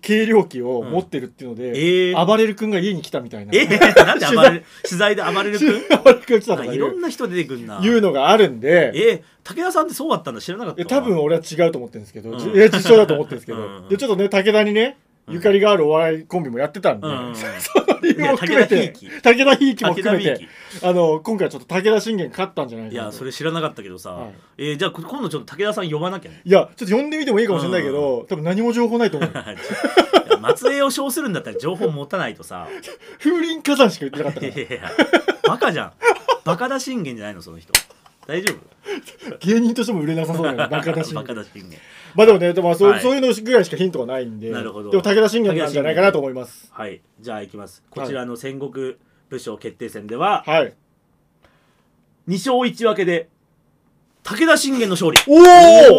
Speaker 2: 計量器を持ってるっていうの
Speaker 1: え
Speaker 2: で、
Speaker 1: ー、
Speaker 2: 暴れる君が家に来たみたいな、
Speaker 1: えー、 なんで暴れる取材で暴れる君
Speaker 2: 暴れる君が来たと
Speaker 1: あ
Speaker 2: かい
Speaker 1: いろん
Speaker 2: う
Speaker 1: な人出てくんな
Speaker 2: いうのがあるんで
Speaker 1: えー、武田さんってそうだったんだ知らなかった
Speaker 2: え
Speaker 1: わ
Speaker 2: 多分俺は違うと思ってるんですけど、
Speaker 1: うん
Speaker 2: じいや自称だと思ってるんですけど、
Speaker 1: うん
Speaker 2: でちょっとね武田にねゆかりがあるお笑いコンビもやってたんで、
Speaker 1: うん
Speaker 2: その理由も含め
Speaker 1: いや
Speaker 2: て
Speaker 1: 武田ひい
Speaker 2: 武田ひいきも
Speaker 1: 武田
Speaker 2: 含め
Speaker 1: 美
Speaker 2: て
Speaker 1: 紀
Speaker 2: あの今回ちょっと武田信玄勝ったんじゃない
Speaker 1: い
Speaker 2: かな
Speaker 1: や
Speaker 2: と
Speaker 1: それ知らなかったけどさ、
Speaker 2: はい
Speaker 1: えーじゃあこ今度ちょっと武田さん呼ばなきゃね
Speaker 2: いやちょっと呼んでみてもいいかもしれないけど、多分何も情報ないと思う
Speaker 1: いや松江を称するんだったら情報持たないとさ
Speaker 2: 風林火山しか言ってなかった
Speaker 1: い
Speaker 2: か
Speaker 1: や
Speaker 2: ら
Speaker 1: いやバカじゃんバカだ信玄じゃないのその人大丈夫
Speaker 2: 芸人としても売れなさそうだよ ねバカだし
Speaker 1: バカだ信玄
Speaker 2: まあでもねでもまあそう,、
Speaker 1: はい
Speaker 2: そういうのぐらいしかヒントがないんで
Speaker 1: なるほど
Speaker 2: でも武田信玄なんじゃないかなと思います
Speaker 1: はいじゃあいきますこちらの戦国武将決定戦では、
Speaker 2: はい
Speaker 1: 2勝1分けで武田信玄の勝利
Speaker 2: おお
Speaker 1: おー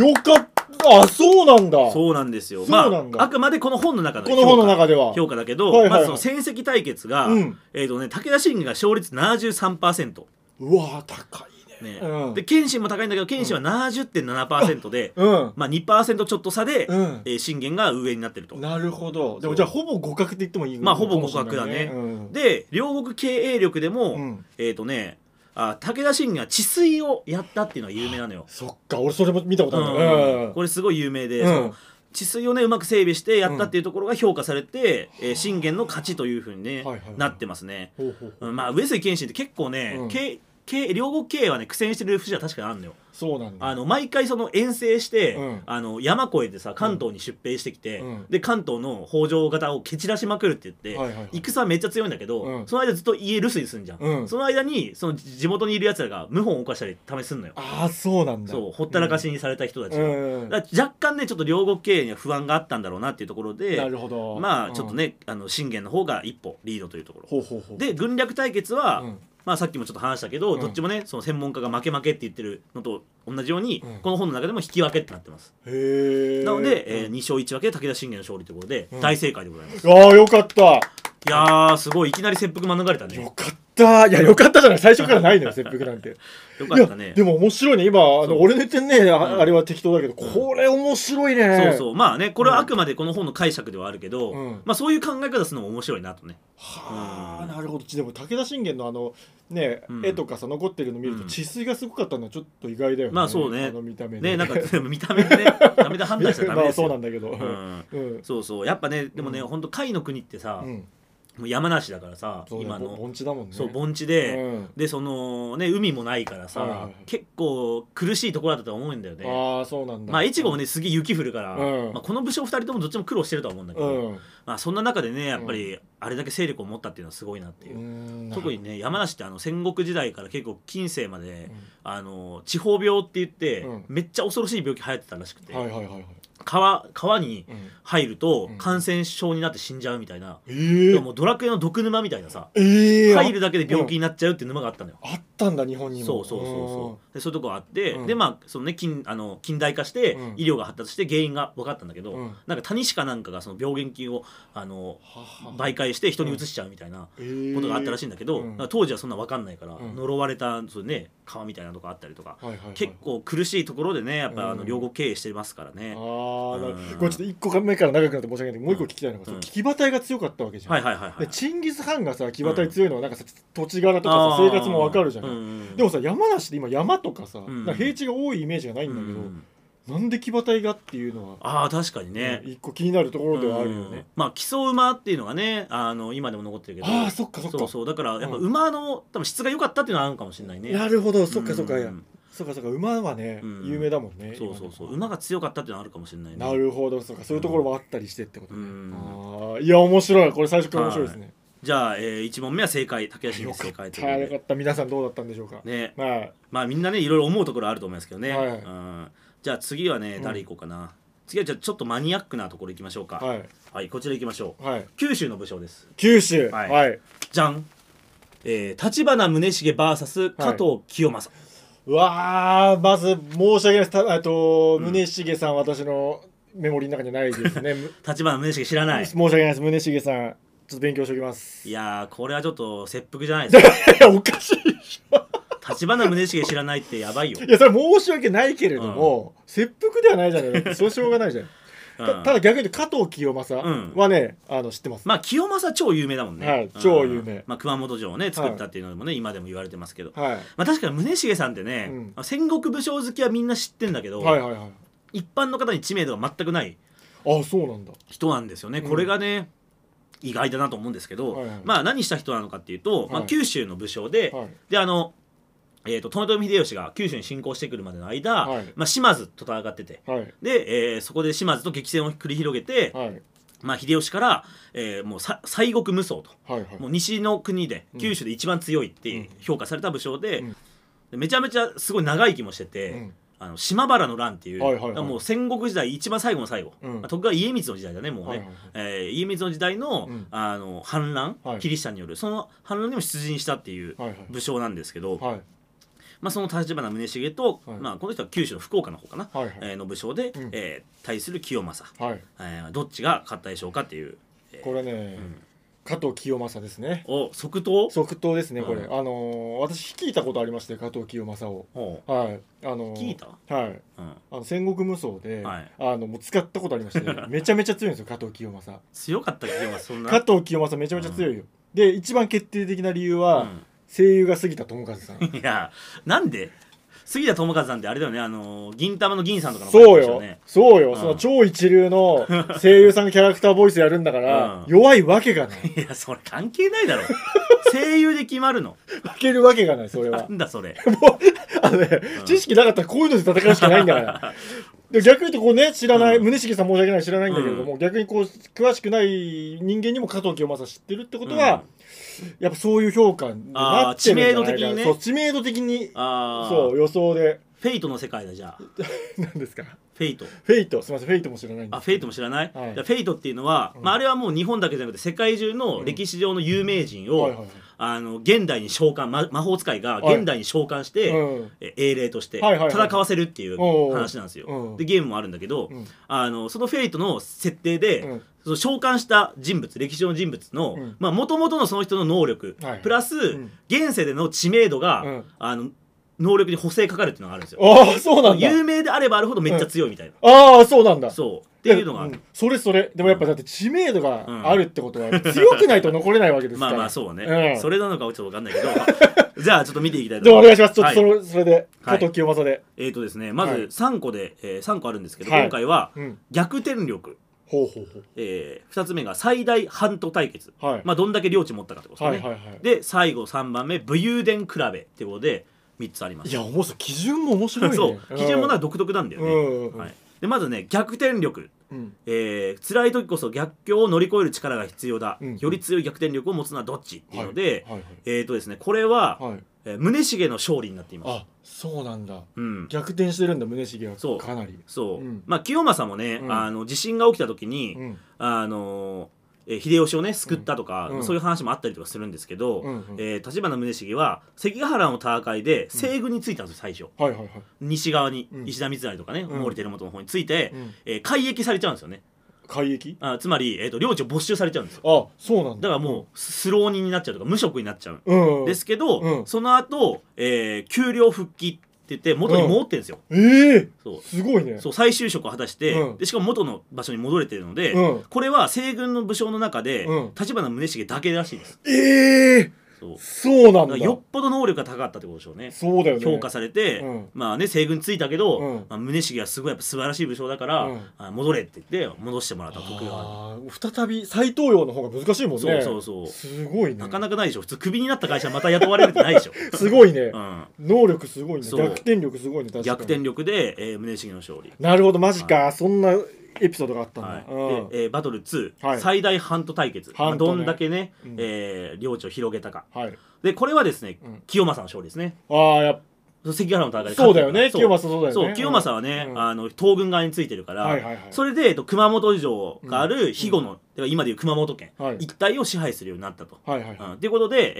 Speaker 2: よかったあそうなんだ
Speaker 1: そうなんですよ
Speaker 2: そうなんだ
Speaker 1: まああくまでこの本の中の
Speaker 2: この本の中では
Speaker 1: 評価だけど、
Speaker 2: はいはいは
Speaker 1: ま
Speaker 2: い
Speaker 1: ずその戦績対決が、
Speaker 2: うん
Speaker 1: えーとね、武田信玄が勝率73%、
Speaker 2: うわー高いね
Speaker 1: ね
Speaker 2: うん
Speaker 1: で謙信も高いんだけど謙信は70.7%で、
Speaker 2: うん
Speaker 1: まあ、2%ちょっと差で、
Speaker 2: うん
Speaker 1: えー信玄が上になってると。
Speaker 2: なるほどで
Speaker 1: そ
Speaker 2: も
Speaker 1: う
Speaker 2: じゃあほぼ互角って言ってもいい
Speaker 1: まあほぼ互角だね
Speaker 2: かもしれないうん
Speaker 1: で両国経営力でも、
Speaker 2: うん
Speaker 1: えっ、とねあ武田信玄は治水をやったっていうのが有名なのよ。
Speaker 2: そっか俺それも見たことある
Speaker 1: うん
Speaker 2: うん
Speaker 1: これすごい有名で、
Speaker 2: うん
Speaker 1: その治水をねうまく整備してやったっていうところが評価されて、えー信玄の勝ちというふうに、ね
Speaker 2: はいはいはい
Speaker 1: なってますね。
Speaker 2: ほうほうほう
Speaker 1: うんまあ上杉謙信って結構ね、
Speaker 2: うん
Speaker 1: 経経両国経営はね苦戦してる節は確かにあるのよ。
Speaker 2: そうなんだ
Speaker 1: あの毎回その遠征して、
Speaker 2: うん
Speaker 1: あの山越えてさ関東に出兵してきて、
Speaker 2: うん
Speaker 1: で関東の北条方を蹴散らしまくるって言って、
Speaker 2: はいはいはい
Speaker 1: 戦めっちゃ強いんだけど、
Speaker 2: うん
Speaker 1: その間ずっと家留守にすんじゃん、
Speaker 2: うん
Speaker 1: その間にその地元にいるやつらが謀反を犯したり試すんのよ、
Speaker 2: ああそうなんだ
Speaker 1: そうほったらかしにされた人たち
Speaker 2: う
Speaker 1: が、
Speaker 2: ん
Speaker 1: だから若干ねちょっと両国経営には不安があったんだろうなっていうところで
Speaker 2: なるほど
Speaker 1: まあちょっと
Speaker 2: ね
Speaker 1: ね、あの信玄の方が一歩リードというところ
Speaker 2: ほうほうほう
Speaker 1: で軍略対決は、
Speaker 2: うん
Speaker 1: まあ、さっきもちょっと話したけど、
Speaker 2: うん
Speaker 1: どっちもねその専門家が負け負けって言ってるのと同じように、
Speaker 2: うん
Speaker 1: この本の中でも引き分けってなってます、
Speaker 2: へえ
Speaker 1: なので、え2勝1分けで武田信玄の勝利ということで、
Speaker 2: うん
Speaker 1: 大正解でございます
Speaker 2: ああよかった
Speaker 1: いやーすごいいきなり切腹免れたね
Speaker 2: よかっったいやよかったじゃない最初からない のよ切腹なんて
Speaker 1: よ
Speaker 2: い
Speaker 1: か
Speaker 2: や
Speaker 1: ったね
Speaker 2: でも面白いね今あ
Speaker 1: そ
Speaker 2: の
Speaker 1: う
Speaker 2: 俺の言ってんねあ,、
Speaker 1: うん
Speaker 2: れは適当だけどこれ面白いね
Speaker 1: そうそうまあねこれはあくまでこの本の解釈ではあるけど、
Speaker 2: うん
Speaker 1: まあ、そういう考え方するのも面白いなとね
Speaker 2: はあ
Speaker 1: うん
Speaker 2: なるほどでも武田信玄のあのね、
Speaker 1: うん
Speaker 2: 絵とかさ残ってるの見ると
Speaker 1: うん
Speaker 2: 治水がすごかったのはちょっと意外だよね、
Speaker 1: まあそうね
Speaker 2: あの見た目
Speaker 1: ねなんか
Speaker 2: い
Speaker 1: 見た目でねダメで判断しちゃ
Speaker 2: や
Speaker 1: ダ
Speaker 2: ま
Speaker 1: メ
Speaker 2: あ
Speaker 1: です
Speaker 2: そうな
Speaker 1: よ
Speaker 2: んだけどう
Speaker 1: うんん
Speaker 2: うん、
Speaker 1: そうそうやっぱねでもね、
Speaker 2: うん
Speaker 1: ほんと甲斐の国ってさ、
Speaker 2: うん
Speaker 1: もう山梨だからさ
Speaker 2: そうね
Speaker 1: 今
Speaker 2: ぼ
Speaker 1: の、
Speaker 2: 盆地だもんね
Speaker 1: そう盆地で、
Speaker 2: うん
Speaker 1: でそのね海もないからさ、
Speaker 2: はいはいはい
Speaker 1: 結構苦しいところだったと思うんだよね
Speaker 2: ああそうなんだ
Speaker 1: まあ越後もねすげえ雪降るから、
Speaker 2: うん
Speaker 1: まあ、この武将2人ともどっちも苦労してるとは思うんだけ
Speaker 2: う
Speaker 1: ど、
Speaker 2: ん
Speaker 1: まあ、そんな中でねやっぱりあれだけ勢力を持ったっていうのはすごいなっていう、
Speaker 2: うん
Speaker 1: 特にね山梨ってあの戦国時代から結構近世まで、
Speaker 2: うん
Speaker 1: あの地方病って言って、
Speaker 2: うん
Speaker 1: めっちゃ恐ろしい病気流行ってたらしくて、
Speaker 2: はいはいはいはい、
Speaker 1: 川川に
Speaker 2: うん
Speaker 1: 入ると
Speaker 2: うん
Speaker 1: 感染症になって死んじゃうみたいな、
Speaker 2: え
Speaker 1: で
Speaker 2: ー、
Speaker 1: ももうドラクエの毒沼みたいなさ
Speaker 2: えー、
Speaker 1: 入るだけで病気になっちゃうっていう沼があったのよ。
Speaker 2: ああったんだ日本にも
Speaker 1: そうそうそうそうでそういうとこあって、
Speaker 2: うん
Speaker 1: でまあそのね近あの近代化して、
Speaker 2: うん
Speaker 1: 医療が発達して原因が分かったんだけど、
Speaker 2: うん
Speaker 1: なんか谷かなんかがその病原菌をあの
Speaker 2: はは
Speaker 1: 媒介して人にうつしちゃうみたいなことがあったらしいんだけど、
Speaker 2: えーうん
Speaker 1: なんか当時はそんな分かんないから、
Speaker 2: うん
Speaker 1: 呪われたそう、ね、川みたいなとこあったりとか、
Speaker 2: はいはいはい、
Speaker 1: 結構苦しいところでねやっぱ、あ
Speaker 2: う
Speaker 1: の
Speaker 2: ん
Speaker 1: 両国経営してますからね、
Speaker 2: ああ、なる
Speaker 1: うん
Speaker 2: これちょっと一個目から長くなって申し訳ないけどもう一個聞きたいのが、
Speaker 1: ん
Speaker 2: その騎馬隊が強かったわけじゃん、
Speaker 1: はいはいはいはい
Speaker 2: でチンギス・ハンがさ騎馬隊強いのはなんかさ土地柄とか
Speaker 1: あ
Speaker 2: さ
Speaker 1: ー
Speaker 2: 生活もわかるじゃん、
Speaker 1: うんうん
Speaker 2: でもさ山梨って今山とかさ、
Speaker 1: ん
Speaker 2: なんか平地が多いイメージがないんだけど、
Speaker 1: うん
Speaker 2: なんで騎馬隊がっていうのは、
Speaker 1: ああ確かにね、
Speaker 2: うん一個気になるところではあるよ
Speaker 1: うん
Speaker 2: ね、
Speaker 1: まあ基礎馬っていうのがねあの今でも残ってるけど
Speaker 2: ああそっかそっか
Speaker 1: そうそうだからやっぱ
Speaker 2: うん
Speaker 1: 馬の、多分質が良かったっていうのはあるのかもしれないね
Speaker 2: なるほどそっか
Speaker 1: うん
Speaker 2: そっか、いやそっかそっか馬はね、
Speaker 1: うん
Speaker 2: 有名だもんね
Speaker 1: そうそうそう
Speaker 2: 今
Speaker 1: 馬が強かったっていうのはあるかもしれないね
Speaker 2: なるほどそうかそういうところもあったりしてってことね、
Speaker 1: うん
Speaker 2: ああいや面白いこれ最初から面白いですね、
Speaker 1: じゃあ、えー、1問目は正解竹足
Speaker 2: よ
Speaker 1: の
Speaker 2: か
Speaker 1: 正
Speaker 2: っ
Speaker 1: 解と
Speaker 2: た
Speaker 1: い
Speaker 2: よ
Speaker 1: う
Speaker 2: か
Speaker 1: こ
Speaker 2: った皆さんどうだったんでしょうか
Speaker 1: とでね
Speaker 2: はい
Speaker 1: まあみんなねいろいろ思うところあると思いますけどね、
Speaker 2: はい
Speaker 1: うん、じゃあ次はね
Speaker 2: うん
Speaker 1: 誰行こうかな、次はじゃあちょっとマニアックなところ行きましょうかはい、
Speaker 2: はい
Speaker 1: こちら行きましょう
Speaker 2: はい
Speaker 1: 九州の武将です
Speaker 2: 九州は、
Speaker 1: はいいじゃんえー、立花宗茂 VS 加藤清正、
Speaker 2: うわーまず申し訳ないですたえっと宗茂さん、私のメモリーの中にはないですねむ
Speaker 1: 立花宗茂知ら ない
Speaker 2: 申し訳ないです宗茂さんちょっと勉強しておきます
Speaker 1: いやーこれはちょっと切腹じゃないですか
Speaker 2: いやおかしいでしょ
Speaker 1: 立花宗茂知らないってやばいよ、
Speaker 2: いやそれ申し訳ないけれども、切腹ではないじゃないだってそれしょうがないじゃん、
Speaker 1: うん
Speaker 2: たただ逆に言うと加藤清正
Speaker 1: うん
Speaker 2: はね、あの知ってます
Speaker 1: まあ清正超有名だもんね、
Speaker 2: は
Speaker 1: う
Speaker 2: い
Speaker 1: ん
Speaker 2: 超有名
Speaker 1: まあ、熊本城をね作ったっていうのもね、今でも言われてますけど、
Speaker 2: はい
Speaker 1: まあ、確かに宗茂さんってね、
Speaker 2: うん
Speaker 1: 戦国武将好きはみんな知ってんだけど、
Speaker 2: はいはいはい
Speaker 1: 一般の方に知名度が全くない
Speaker 2: あそうなんだ
Speaker 1: 人なんですよね、
Speaker 2: うん
Speaker 1: これがね意外だなと思うんですけど、
Speaker 2: はいはい
Speaker 1: まあ何した人なのかっていうと、まあ、
Speaker 2: はい
Speaker 1: 九州の武将で、
Speaker 2: はい
Speaker 1: であの、えー、と豊臣秀吉が九州に侵攻してくるまでの間、
Speaker 2: はい
Speaker 1: まあ、島津と戦ってて
Speaker 2: はい
Speaker 1: で、えーそこで島津と激戦を繰り広げて、
Speaker 2: はい
Speaker 1: まあ、秀吉から、えーもうさ西国無双と
Speaker 2: はいはい
Speaker 1: もう西の国で
Speaker 2: うん
Speaker 1: 九州で一番強いっ
Speaker 2: う
Speaker 1: て
Speaker 2: ん
Speaker 1: 評価された武将で,、
Speaker 2: うん
Speaker 1: でめちゃめちゃすごい長生きもしてて、
Speaker 2: うん
Speaker 1: あの島原の乱っていう、
Speaker 2: はいはいはい
Speaker 1: だからもう戦国時代一番最後の最後、
Speaker 2: うん
Speaker 1: まあ徳川家光の時代だねもうね、
Speaker 2: はいはいはい
Speaker 1: えー家光の時代の,、
Speaker 2: うん
Speaker 1: あの反乱、
Speaker 2: はい
Speaker 1: キリシタンによるその反乱にも出陣したっていう
Speaker 2: はいはい
Speaker 1: 武将なんですけど、
Speaker 2: はい
Speaker 1: まあ、その立花宗茂と、
Speaker 2: はい
Speaker 1: まあ、この人は九州の福岡の方かな、
Speaker 2: はいはい
Speaker 1: えーの武将で、
Speaker 2: うん
Speaker 1: えー対する清正、
Speaker 2: はい
Speaker 1: えーどっちが勝ったでしょうかっていう
Speaker 2: これね、
Speaker 1: ん
Speaker 2: 加藤清正ですね
Speaker 1: お即答
Speaker 2: 即答ですねこれ、
Speaker 1: うん
Speaker 2: あのー私聞いたことありまして加藤清正を
Speaker 1: ほ
Speaker 2: はいあのー
Speaker 1: 聞いた
Speaker 2: はい、
Speaker 1: う、うん、
Speaker 2: あの戦国無双で、
Speaker 1: はい
Speaker 2: あのもう使ったことありまして めちゃめちゃ強いんですよ加藤清正
Speaker 1: 強かった清正そんな
Speaker 2: 加藤清正めちゃめちゃ強いよ、で一番決定的な理由は、声優が杉田智 和さん
Speaker 1: うん、いやなんで杉田智和さんってあれだよねあの銀玉の銀さんとかの
Speaker 2: そう
Speaker 1: です
Speaker 2: よ、
Speaker 1: ね
Speaker 2: そうよ、
Speaker 1: うん
Speaker 2: その超一 流の声優さんがキャラクターボイスやるんだから、
Speaker 1: うん
Speaker 2: 弱いわけがない
Speaker 1: いやそれ関係ない だろ声優で決まるの
Speaker 2: 負けるわけがないそれ
Speaker 1: な
Speaker 2: は
Speaker 1: んだそれ
Speaker 2: あのね、
Speaker 1: ん
Speaker 2: 知識なかったらこういうので戦うしかないんだから。で逆に言うとこうね知らない、
Speaker 1: うん
Speaker 2: 宗茂さん申し訳ない知らないんだけれども、逆にこう詳しくない人間にも加藤清正知ってるってことは、やっぱそういう評価になってるんじゃないかな
Speaker 1: あー知名度的にね
Speaker 2: そう知名度的に
Speaker 1: ああ
Speaker 2: そう予想で
Speaker 1: フェイトの世界だじゃあ
Speaker 2: 何ですか
Speaker 1: フェイト
Speaker 2: フェイトすみませんフェイトも知らないんです
Speaker 1: あフェイトも知らない、
Speaker 2: はい
Speaker 1: じゃあフェイトっていうのは、まあ、あれはもう日本だけじゃなくて世界中の歴史上の有名人を、
Speaker 2: はいはいはい
Speaker 1: あの現代に召喚、ま魔法使いが
Speaker 2: はい
Speaker 1: 現代に召喚して、
Speaker 2: うん
Speaker 1: え英霊として
Speaker 2: はいはいはい
Speaker 1: 戦わせるっていう話なんですよ、
Speaker 2: おうおううん
Speaker 1: でゲームもあるんだけど、
Speaker 2: うん
Speaker 1: あのそのフェイトの設定で、
Speaker 2: うん
Speaker 1: その召喚した人物歴史上の人物の
Speaker 2: うん
Speaker 1: もともとのその人の能力、
Speaker 2: はい
Speaker 1: プラス、
Speaker 2: ん
Speaker 1: 現世での知名度が、
Speaker 2: うん
Speaker 1: あの能力に補正かかるっていうのがあるんですよ
Speaker 2: ああそうなんだ
Speaker 1: 有名であればあるほどめっちゃ強いみたいな、
Speaker 2: ああそうなんだ
Speaker 1: そうっていうのがある
Speaker 2: んそれそれでもやっぱだって知名度
Speaker 1: うん
Speaker 2: があるってことはやっぱ強くないと残れないわけですか
Speaker 1: ま
Speaker 2: ら
Speaker 1: あまあそうね、
Speaker 2: ん
Speaker 1: それなのかはちょっと分かんないけ どじゃあちょっと見ていきたいと
Speaker 2: でもお
Speaker 1: 思いま
Speaker 2: 願い
Speaker 1: す
Speaker 2: しますちょ
Speaker 1: は
Speaker 2: っとそ
Speaker 1: い
Speaker 2: のそれで
Speaker 1: はい
Speaker 2: 加藤清正で
Speaker 1: えーとですねまず
Speaker 2: はい
Speaker 1: 3個で、え3個あるんですけど、
Speaker 2: はい
Speaker 1: 今回は
Speaker 2: うん
Speaker 1: 逆転力、
Speaker 2: ほうほうほ
Speaker 1: え2つ目が最大半途対決、
Speaker 2: うはい
Speaker 1: まあどんだけ領地持ったかってこと
Speaker 2: は
Speaker 1: で
Speaker 2: い
Speaker 1: す
Speaker 2: は
Speaker 1: ね、
Speaker 2: いはい
Speaker 1: で最後3番目武勇伝比べってことで3つあります
Speaker 2: いや面白い基準も面白いね
Speaker 1: そう基準もなんんか独特なんだよ
Speaker 2: う
Speaker 1: ね、
Speaker 2: んうん
Speaker 1: はい、でまずね逆転力
Speaker 2: うん
Speaker 1: えー、辛い時こそ逆境を乗り越える力が必要だ、
Speaker 2: うん
Speaker 1: より強い逆転力を持つのはどっちっていうので、
Speaker 2: はいはい
Speaker 1: えーとですね、これは、
Speaker 2: はいはい
Speaker 1: えー宗茂の勝利になっています。
Speaker 2: あそうなんだ
Speaker 1: うん、
Speaker 2: 逆転してるんだ宗茂は
Speaker 1: そう
Speaker 2: かなり
Speaker 1: そう、
Speaker 2: うん
Speaker 1: まあ清正もね、
Speaker 2: うん
Speaker 1: あの地震が起きた時に、
Speaker 2: うん
Speaker 1: あのーえー秀吉をね救ったとか、
Speaker 2: うん
Speaker 1: そういう話もあったりとかするんですけど、
Speaker 2: うんうん
Speaker 1: えー橘宗茂は関ヶ原の戦いで西軍についたんですよ最初
Speaker 2: はいはいはい
Speaker 1: 西側に、
Speaker 2: うん
Speaker 1: 石田三成とかね、
Speaker 2: うん
Speaker 1: 毛利輝元の方について、
Speaker 2: うん
Speaker 1: えー改易されちゃうんですよね
Speaker 2: 海域
Speaker 1: あつまり、えー、と領地を没収されちゃうんですよ
Speaker 2: あそうなん
Speaker 1: だ
Speaker 2: だ
Speaker 1: からもうスロー人になっちゃうとか無職になっちゃう
Speaker 2: うん
Speaker 1: ですけど、
Speaker 2: うん
Speaker 1: その後、えー給料復帰って言って元に戻ってるんですよ、
Speaker 2: ええ
Speaker 1: そう
Speaker 2: すごいね
Speaker 1: そう再就職を果たして、
Speaker 2: うん
Speaker 1: でしかも元の場所に戻れてるので、
Speaker 2: うん
Speaker 1: これは西軍の武将の中で
Speaker 2: うん
Speaker 1: 橘、宗茂だけらしいです
Speaker 2: ええ
Speaker 1: そう
Speaker 2: そうな
Speaker 1: だ
Speaker 2: ん
Speaker 1: か
Speaker 2: だ
Speaker 1: らよっぽど能力が高かったってことでしょうね
Speaker 2: そうだよね
Speaker 1: 評価されて、
Speaker 2: うん
Speaker 1: まあね西軍ついたけど、
Speaker 2: うん
Speaker 1: まあ、宗茂はすごいやっぱ素晴らしい武将だから、
Speaker 2: うん
Speaker 1: あ戻れって言って戻してもらった徳川
Speaker 2: あー再び再登用の方が難しいもんね
Speaker 1: そうそうそう
Speaker 2: すごいね
Speaker 1: になかなかないでしょ普通クビになった会社また雇われるってないでし ょ、
Speaker 2: すごいね、
Speaker 1: うん、
Speaker 2: 能力すごいね
Speaker 1: そう
Speaker 2: 逆転力すごいね確かに
Speaker 1: 逆転力で、えー宗茂の勝利
Speaker 2: なるほどマジか、そんなエピソードがあったんだ、
Speaker 1: はいでえーバトル2、
Speaker 2: はい
Speaker 1: 最大半途対決、
Speaker 2: 半
Speaker 1: まあ
Speaker 2: 途ね
Speaker 1: どんだけね、
Speaker 2: うん
Speaker 1: えー領地を広げたか
Speaker 2: うんはい、
Speaker 1: でこれはですね、
Speaker 2: うん
Speaker 1: 清正の勝利ですね
Speaker 2: ああやっ
Speaker 1: 関ヶ原の戦いで勝
Speaker 2: そう
Speaker 1: って
Speaker 2: だ
Speaker 1: るか
Speaker 2: よ
Speaker 1: ら
Speaker 2: ね清正そうだよね
Speaker 1: そう清正はね、
Speaker 2: うん
Speaker 1: あの東軍側についてるから、
Speaker 2: はいはいはい
Speaker 1: それで、えっと、熊本城がある肥後の、てか今でいう熊本県、
Speaker 2: はい
Speaker 1: 一帯を支配するようになったと。
Speaker 2: はいはい
Speaker 1: うん
Speaker 2: は
Speaker 1: っていうことで、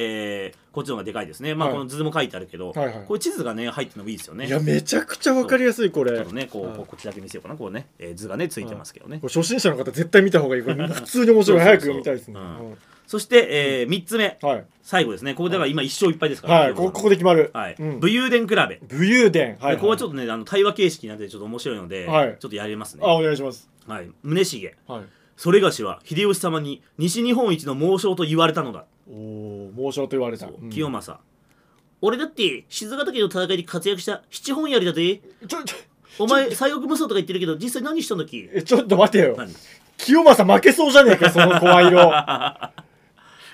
Speaker 1: えーこっちの方がでかいですね、まあ、
Speaker 2: はい
Speaker 1: この図も書いてあるけど、
Speaker 2: はいはい
Speaker 1: これ地図がね入ってるのもいいですよ
Speaker 2: い、
Speaker 1: ね。
Speaker 2: いやめちゃくちゃわかりやすいこれ
Speaker 1: ちょっとねこう、
Speaker 2: はい
Speaker 1: こうこっちだけ見せようかなこうね、えー図がねついてますけどね
Speaker 2: これ初心者の方絶対見た方がいいこ れ普通に面白い早く読みたいですね、
Speaker 1: う
Speaker 2: うんん
Speaker 1: そして、えー3つ目
Speaker 2: はい、
Speaker 1: 最後ですねここだから今1勝1敗ですから、
Speaker 2: はい、こここで決まる、
Speaker 1: はい
Speaker 2: うん
Speaker 1: 武勇伝比べ、
Speaker 2: 武勇伝はい、
Speaker 1: でここはちょ
Speaker 2: っ
Speaker 1: っとねあの対話形式になっててちょっと面白いので、
Speaker 2: はい
Speaker 1: ちょっとやりますね
Speaker 2: あお願いします
Speaker 1: はい宗茂
Speaker 2: はい
Speaker 1: それがしは秀吉様に西日本一の猛将と言われたのだ、
Speaker 2: おお猛将と言われた、うん
Speaker 1: 清正俺だって静ヶ岳の戦いで活躍した七本槍だぜ
Speaker 2: ちょちょ
Speaker 1: お前西国無双とか言ってるけど実際何したんだっけ
Speaker 2: えちょっと待てよ
Speaker 1: 何
Speaker 2: 清正負けそうじ ゃねえかその声色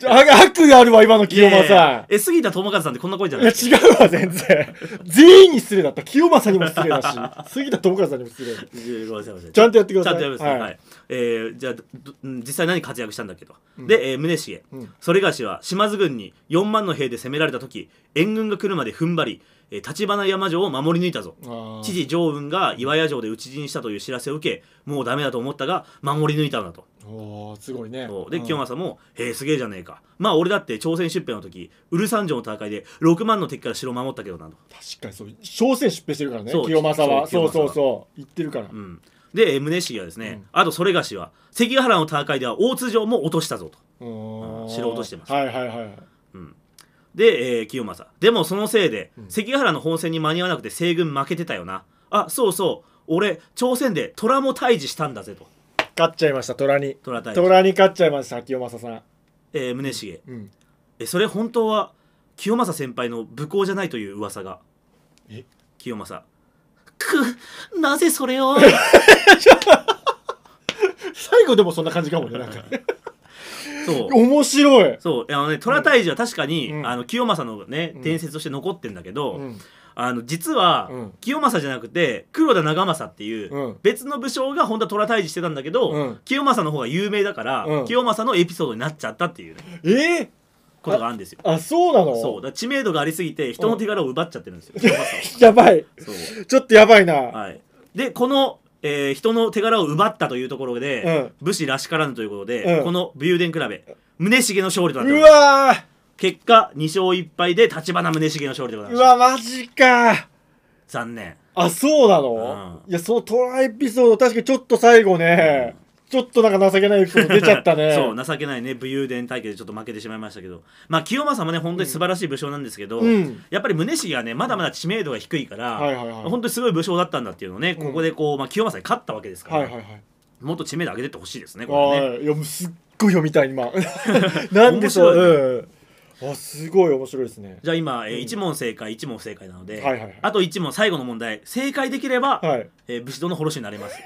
Speaker 2: ちょあ悪意あるわ今の清
Speaker 1: いやいや
Speaker 2: 正
Speaker 1: え杉田智和さんってこんな声じゃ
Speaker 2: い
Speaker 1: ない
Speaker 2: や
Speaker 1: です
Speaker 2: 違うわ全然全員に失礼だった清正にも失礼 だし杉田智和さんにも失礼
Speaker 1: いやごめんなさいごめんなさい
Speaker 2: ちゃんとやってくだ
Speaker 1: ちゃ
Speaker 2: さ
Speaker 1: ん
Speaker 2: い
Speaker 1: とやりますね、
Speaker 2: は
Speaker 1: はいいえーじゃあどどうん実際何活躍したんだっけど、で、えー、宗茂、
Speaker 2: うん
Speaker 1: それがしは島津軍に4万の兵で攻められた時援軍が来るまで踏ん張り、えー、橘山城を守り抜いたぞ
Speaker 2: あー
Speaker 1: 知事常雲が岩屋城で討ち死にしたという知らせを受けもうダメだと思ったが守り抜いたんだと
Speaker 2: おーすごいね
Speaker 1: そうで
Speaker 2: うん
Speaker 1: 清正も「へえすげえじゃねえかまあ俺だって朝鮮出兵の時ウルサン城の戦いで6万の敵から城を守ったけどな」と、
Speaker 2: 確かにそう朝鮮出兵してるからね
Speaker 1: そう
Speaker 2: 清正は
Speaker 1: そ
Speaker 2: そうう
Speaker 1: 清正
Speaker 2: そ
Speaker 1: は
Speaker 2: うそう言ってるから
Speaker 1: うん、でえー宗茂はですね、
Speaker 2: うん
Speaker 1: あとそれがしは関ヶ原の戦いでは大津城も落としたぞと。
Speaker 2: おー
Speaker 1: 城落としてます
Speaker 2: はいはいはい
Speaker 1: で、えー清正でもそのせいで、
Speaker 2: ん
Speaker 1: 関ヶ原の本戦に間に合わなくて西軍負けてたよなあそうそう俺朝鮮で虎も退治したんだぜと
Speaker 2: 勝っちゃいました虎に
Speaker 1: 虎退治、
Speaker 2: 虎に勝っちゃいました清正さん
Speaker 1: えー宗茂
Speaker 2: うん
Speaker 1: えそれ本当は清正先輩の武功じゃないという噂が
Speaker 2: え
Speaker 1: 清正くなぜそれ を
Speaker 2: 最後でもそんな感じかもねなんか
Speaker 1: そう
Speaker 2: 面白い
Speaker 1: そうあのね虎退治は確かに、
Speaker 2: うん
Speaker 1: あの清正のね
Speaker 2: うん
Speaker 1: 伝説として残ってんだけど、
Speaker 2: うん
Speaker 1: あの実は、
Speaker 2: うん
Speaker 1: 清正じゃなくて黒田長政っていう、
Speaker 2: うん
Speaker 1: 別の武将が本当は虎退治してたんだけど、
Speaker 2: うん
Speaker 1: 清正の方が有名だから、
Speaker 2: うん
Speaker 1: 清正のエピソードになっちゃったっていうね、
Speaker 2: えー
Speaker 1: ことがあるんですよ
Speaker 2: あそうなの
Speaker 1: そうだから知名度がありすぎて人の手柄を奪っちゃってるんですよ、
Speaker 2: やばい
Speaker 1: そう
Speaker 2: ちょっとやばいな、
Speaker 1: はい、でこの、えー人の手柄を奪ったというところで、
Speaker 2: うん
Speaker 1: 武士らしからぬということで、
Speaker 2: うん
Speaker 1: この武勇伝比べ宗茂の勝利となってお
Speaker 2: う
Speaker 1: ります
Speaker 2: わー
Speaker 1: 結果2勝1敗で立花宗茂の勝利でございうました
Speaker 2: わマジか
Speaker 1: 残念
Speaker 2: あそうなの、
Speaker 1: う
Speaker 2: いやそのトラエピソード確かにちょっと最後ね、ちょっとなんか情けないエピソード出ちゃった ね
Speaker 1: そう情けないね武勇伝対決でちょっと負けてしまいましたけどまあ清正もね本当に素晴らしい武将なんですけど、
Speaker 2: うん
Speaker 1: やっぱり宗茂はねまだまだ知名度が低いから、
Speaker 2: はいはいはい
Speaker 1: 本当にすごい武将だったんだっていうのをねここでこう、まあ、清正に勝ったわけですから、
Speaker 2: はいはいはい
Speaker 1: もっと知名度上げてってほしいですねこれね
Speaker 2: はいいやもうすっごい読みた い今なんでそう、うん、あすごい面白いですね
Speaker 1: じゃあ今、え
Speaker 2: うん
Speaker 1: 1問正解1問不正解なので、
Speaker 2: はいはいはい
Speaker 1: あと1問最後の問題正解できれば、
Speaker 2: はい
Speaker 1: えー武士道の殺しになります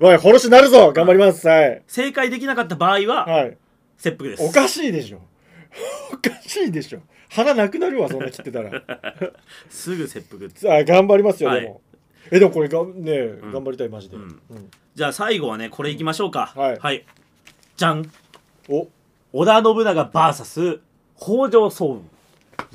Speaker 2: おい殺しなるぞ頑張りますはい
Speaker 1: 正解できなかった場合は、
Speaker 2: はい
Speaker 1: 切腹です
Speaker 2: おかしいでしょ おかしいでしょ鼻なくなるわそんな切ってたら
Speaker 1: すぐ切腹
Speaker 2: さあ頑張りますよ、
Speaker 1: はい
Speaker 2: でもえでもこれがんねえ、
Speaker 1: ん
Speaker 2: 頑張りたいマジで、
Speaker 1: うん
Speaker 2: うん
Speaker 1: じゃあ最後はねこれいきましょうか
Speaker 2: はい
Speaker 1: じゃん
Speaker 2: お
Speaker 1: 織田信長 VS 北条早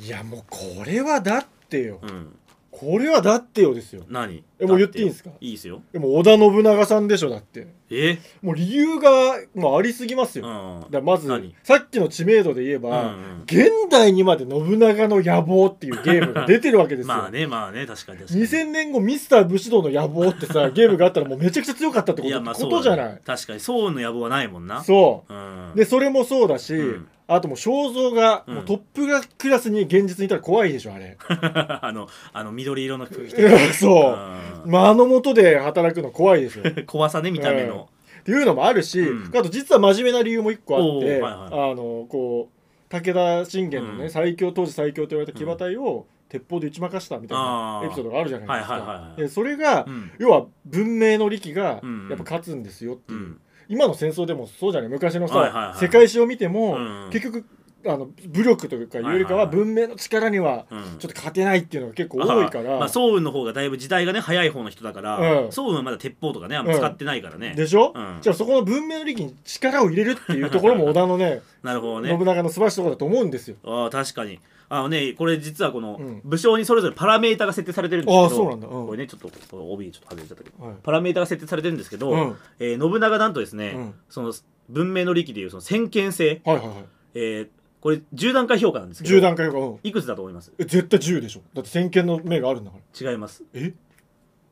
Speaker 2: いやもうこれはだってよ、
Speaker 1: 雲うん
Speaker 2: これはだってよですよ
Speaker 1: 何
Speaker 2: えもう言っていいんですか
Speaker 1: だっよいいですよ
Speaker 2: でも織田信長さんでしょだって
Speaker 1: え
Speaker 2: もう理由が、まあ、ありすぎますよ、
Speaker 1: うん
Speaker 2: だからまず
Speaker 1: 何
Speaker 2: さっきの知名度で言え
Speaker 1: う
Speaker 2: ば、
Speaker 1: ん
Speaker 2: 現代にまで信長の野望っていうゲームが出てるわけ
Speaker 1: う
Speaker 2: で
Speaker 1: ん
Speaker 2: す よ
Speaker 1: まあねまあね確かに確かに
Speaker 2: 2000年後ミスター武士道の野望ってさゲームがあったらもうめちゃくちゃ強かったってこ
Speaker 1: いや
Speaker 2: と
Speaker 1: まあ
Speaker 2: こ
Speaker 1: そう
Speaker 2: とじゃ
Speaker 1: だ
Speaker 2: な
Speaker 1: ね
Speaker 2: い
Speaker 1: 確かに早雲の野望はないもんな
Speaker 2: そううんでそれもそうだし、
Speaker 1: うん
Speaker 2: あともう肖像が
Speaker 1: うん
Speaker 2: もうトップクラスに現実にいたら怖いでしょあれ
Speaker 1: あの、あの緑色の服着
Speaker 2: い
Speaker 1: てる。
Speaker 2: や そう、まあ、あの元で働くの怖いでしょっ
Speaker 1: うん怖さね、見た目の。
Speaker 2: ていうのもあるし、
Speaker 1: うん
Speaker 2: あと実は真面目な理由も一個あ
Speaker 1: お
Speaker 2: っ
Speaker 1: ーは
Speaker 2: て、
Speaker 1: いはい
Speaker 2: あのこう武田信玄のね、
Speaker 1: うん
Speaker 2: 最強当時最強と言われた騎馬隊を鉄砲で打ち負かしたみたいな
Speaker 1: あー
Speaker 2: エピソードがあるじゃないです
Speaker 1: はいはいはいは
Speaker 2: か
Speaker 1: い
Speaker 2: でそれが、
Speaker 1: うん。
Speaker 2: 要は文明の利器が
Speaker 1: うんうん
Speaker 2: やっぱ勝つんですよって
Speaker 1: う
Speaker 2: いう、
Speaker 1: ん。
Speaker 2: 今の戦争でもそうじゃない昔のさ、
Speaker 1: はいはいはい
Speaker 2: 世界史を見ても、
Speaker 1: うん
Speaker 2: 結局あの武力というかいうよりか
Speaker 1: は
Speaker 2: は
Speaker 1: いはいは
Speaker 2: 文明の力には
Speaker 1: うん
Speaker 2: ちょっと勝てないっていうのが結構多いか
Speaker 1: あ
Speaker 2: ら、
Speaker 1: まあ、ソウの方がだいぶ時代がね、早い方の人だから、
Speaker 2: うん
Speaker 1: ソウはまだ鉄砲とかね、あんま使ってないからね。
Speaker 2: でしょ、
Speaker 1: うん
Speaker 2: じゃあそこの文明の利器に力を入れるっていうところも織田の ね
Speaker 1: なるほど
Speaker 2: 信
Speaker 1: ね。
Speaker 2: 長の素晴らしいところだと思うんですよ。
Speaker 1: ああ、確かに。あのね、これ実はこの
Speaker 2: うん
Speaker 1: 武将にそれぞれパラメータが設定されてるんですけど、
Speaker 2: ああそうなんだうん
Speaker 1: これねちょっとこの帯ちょっと外れちゃったけど、
Speaker 2: はい
Speaker 1: パラメータが設定されてるんですけど、
Speaker 2: うん
Speaker 1: えー信長なんとですね、
Speaker 2: うん
Speaker 1: その文明の利器でいうその先見性、
Speaker 2: はいはいはい、
Speaker 1: えーこれ10段階評価なんですけど
Speaker 2: 10段階が、うん
Speaker 1: いくつだと思います
Speaker 2: え絶対10でしょだって先見の目があるんだから
Speaker 1: 違います
Speaker 2: え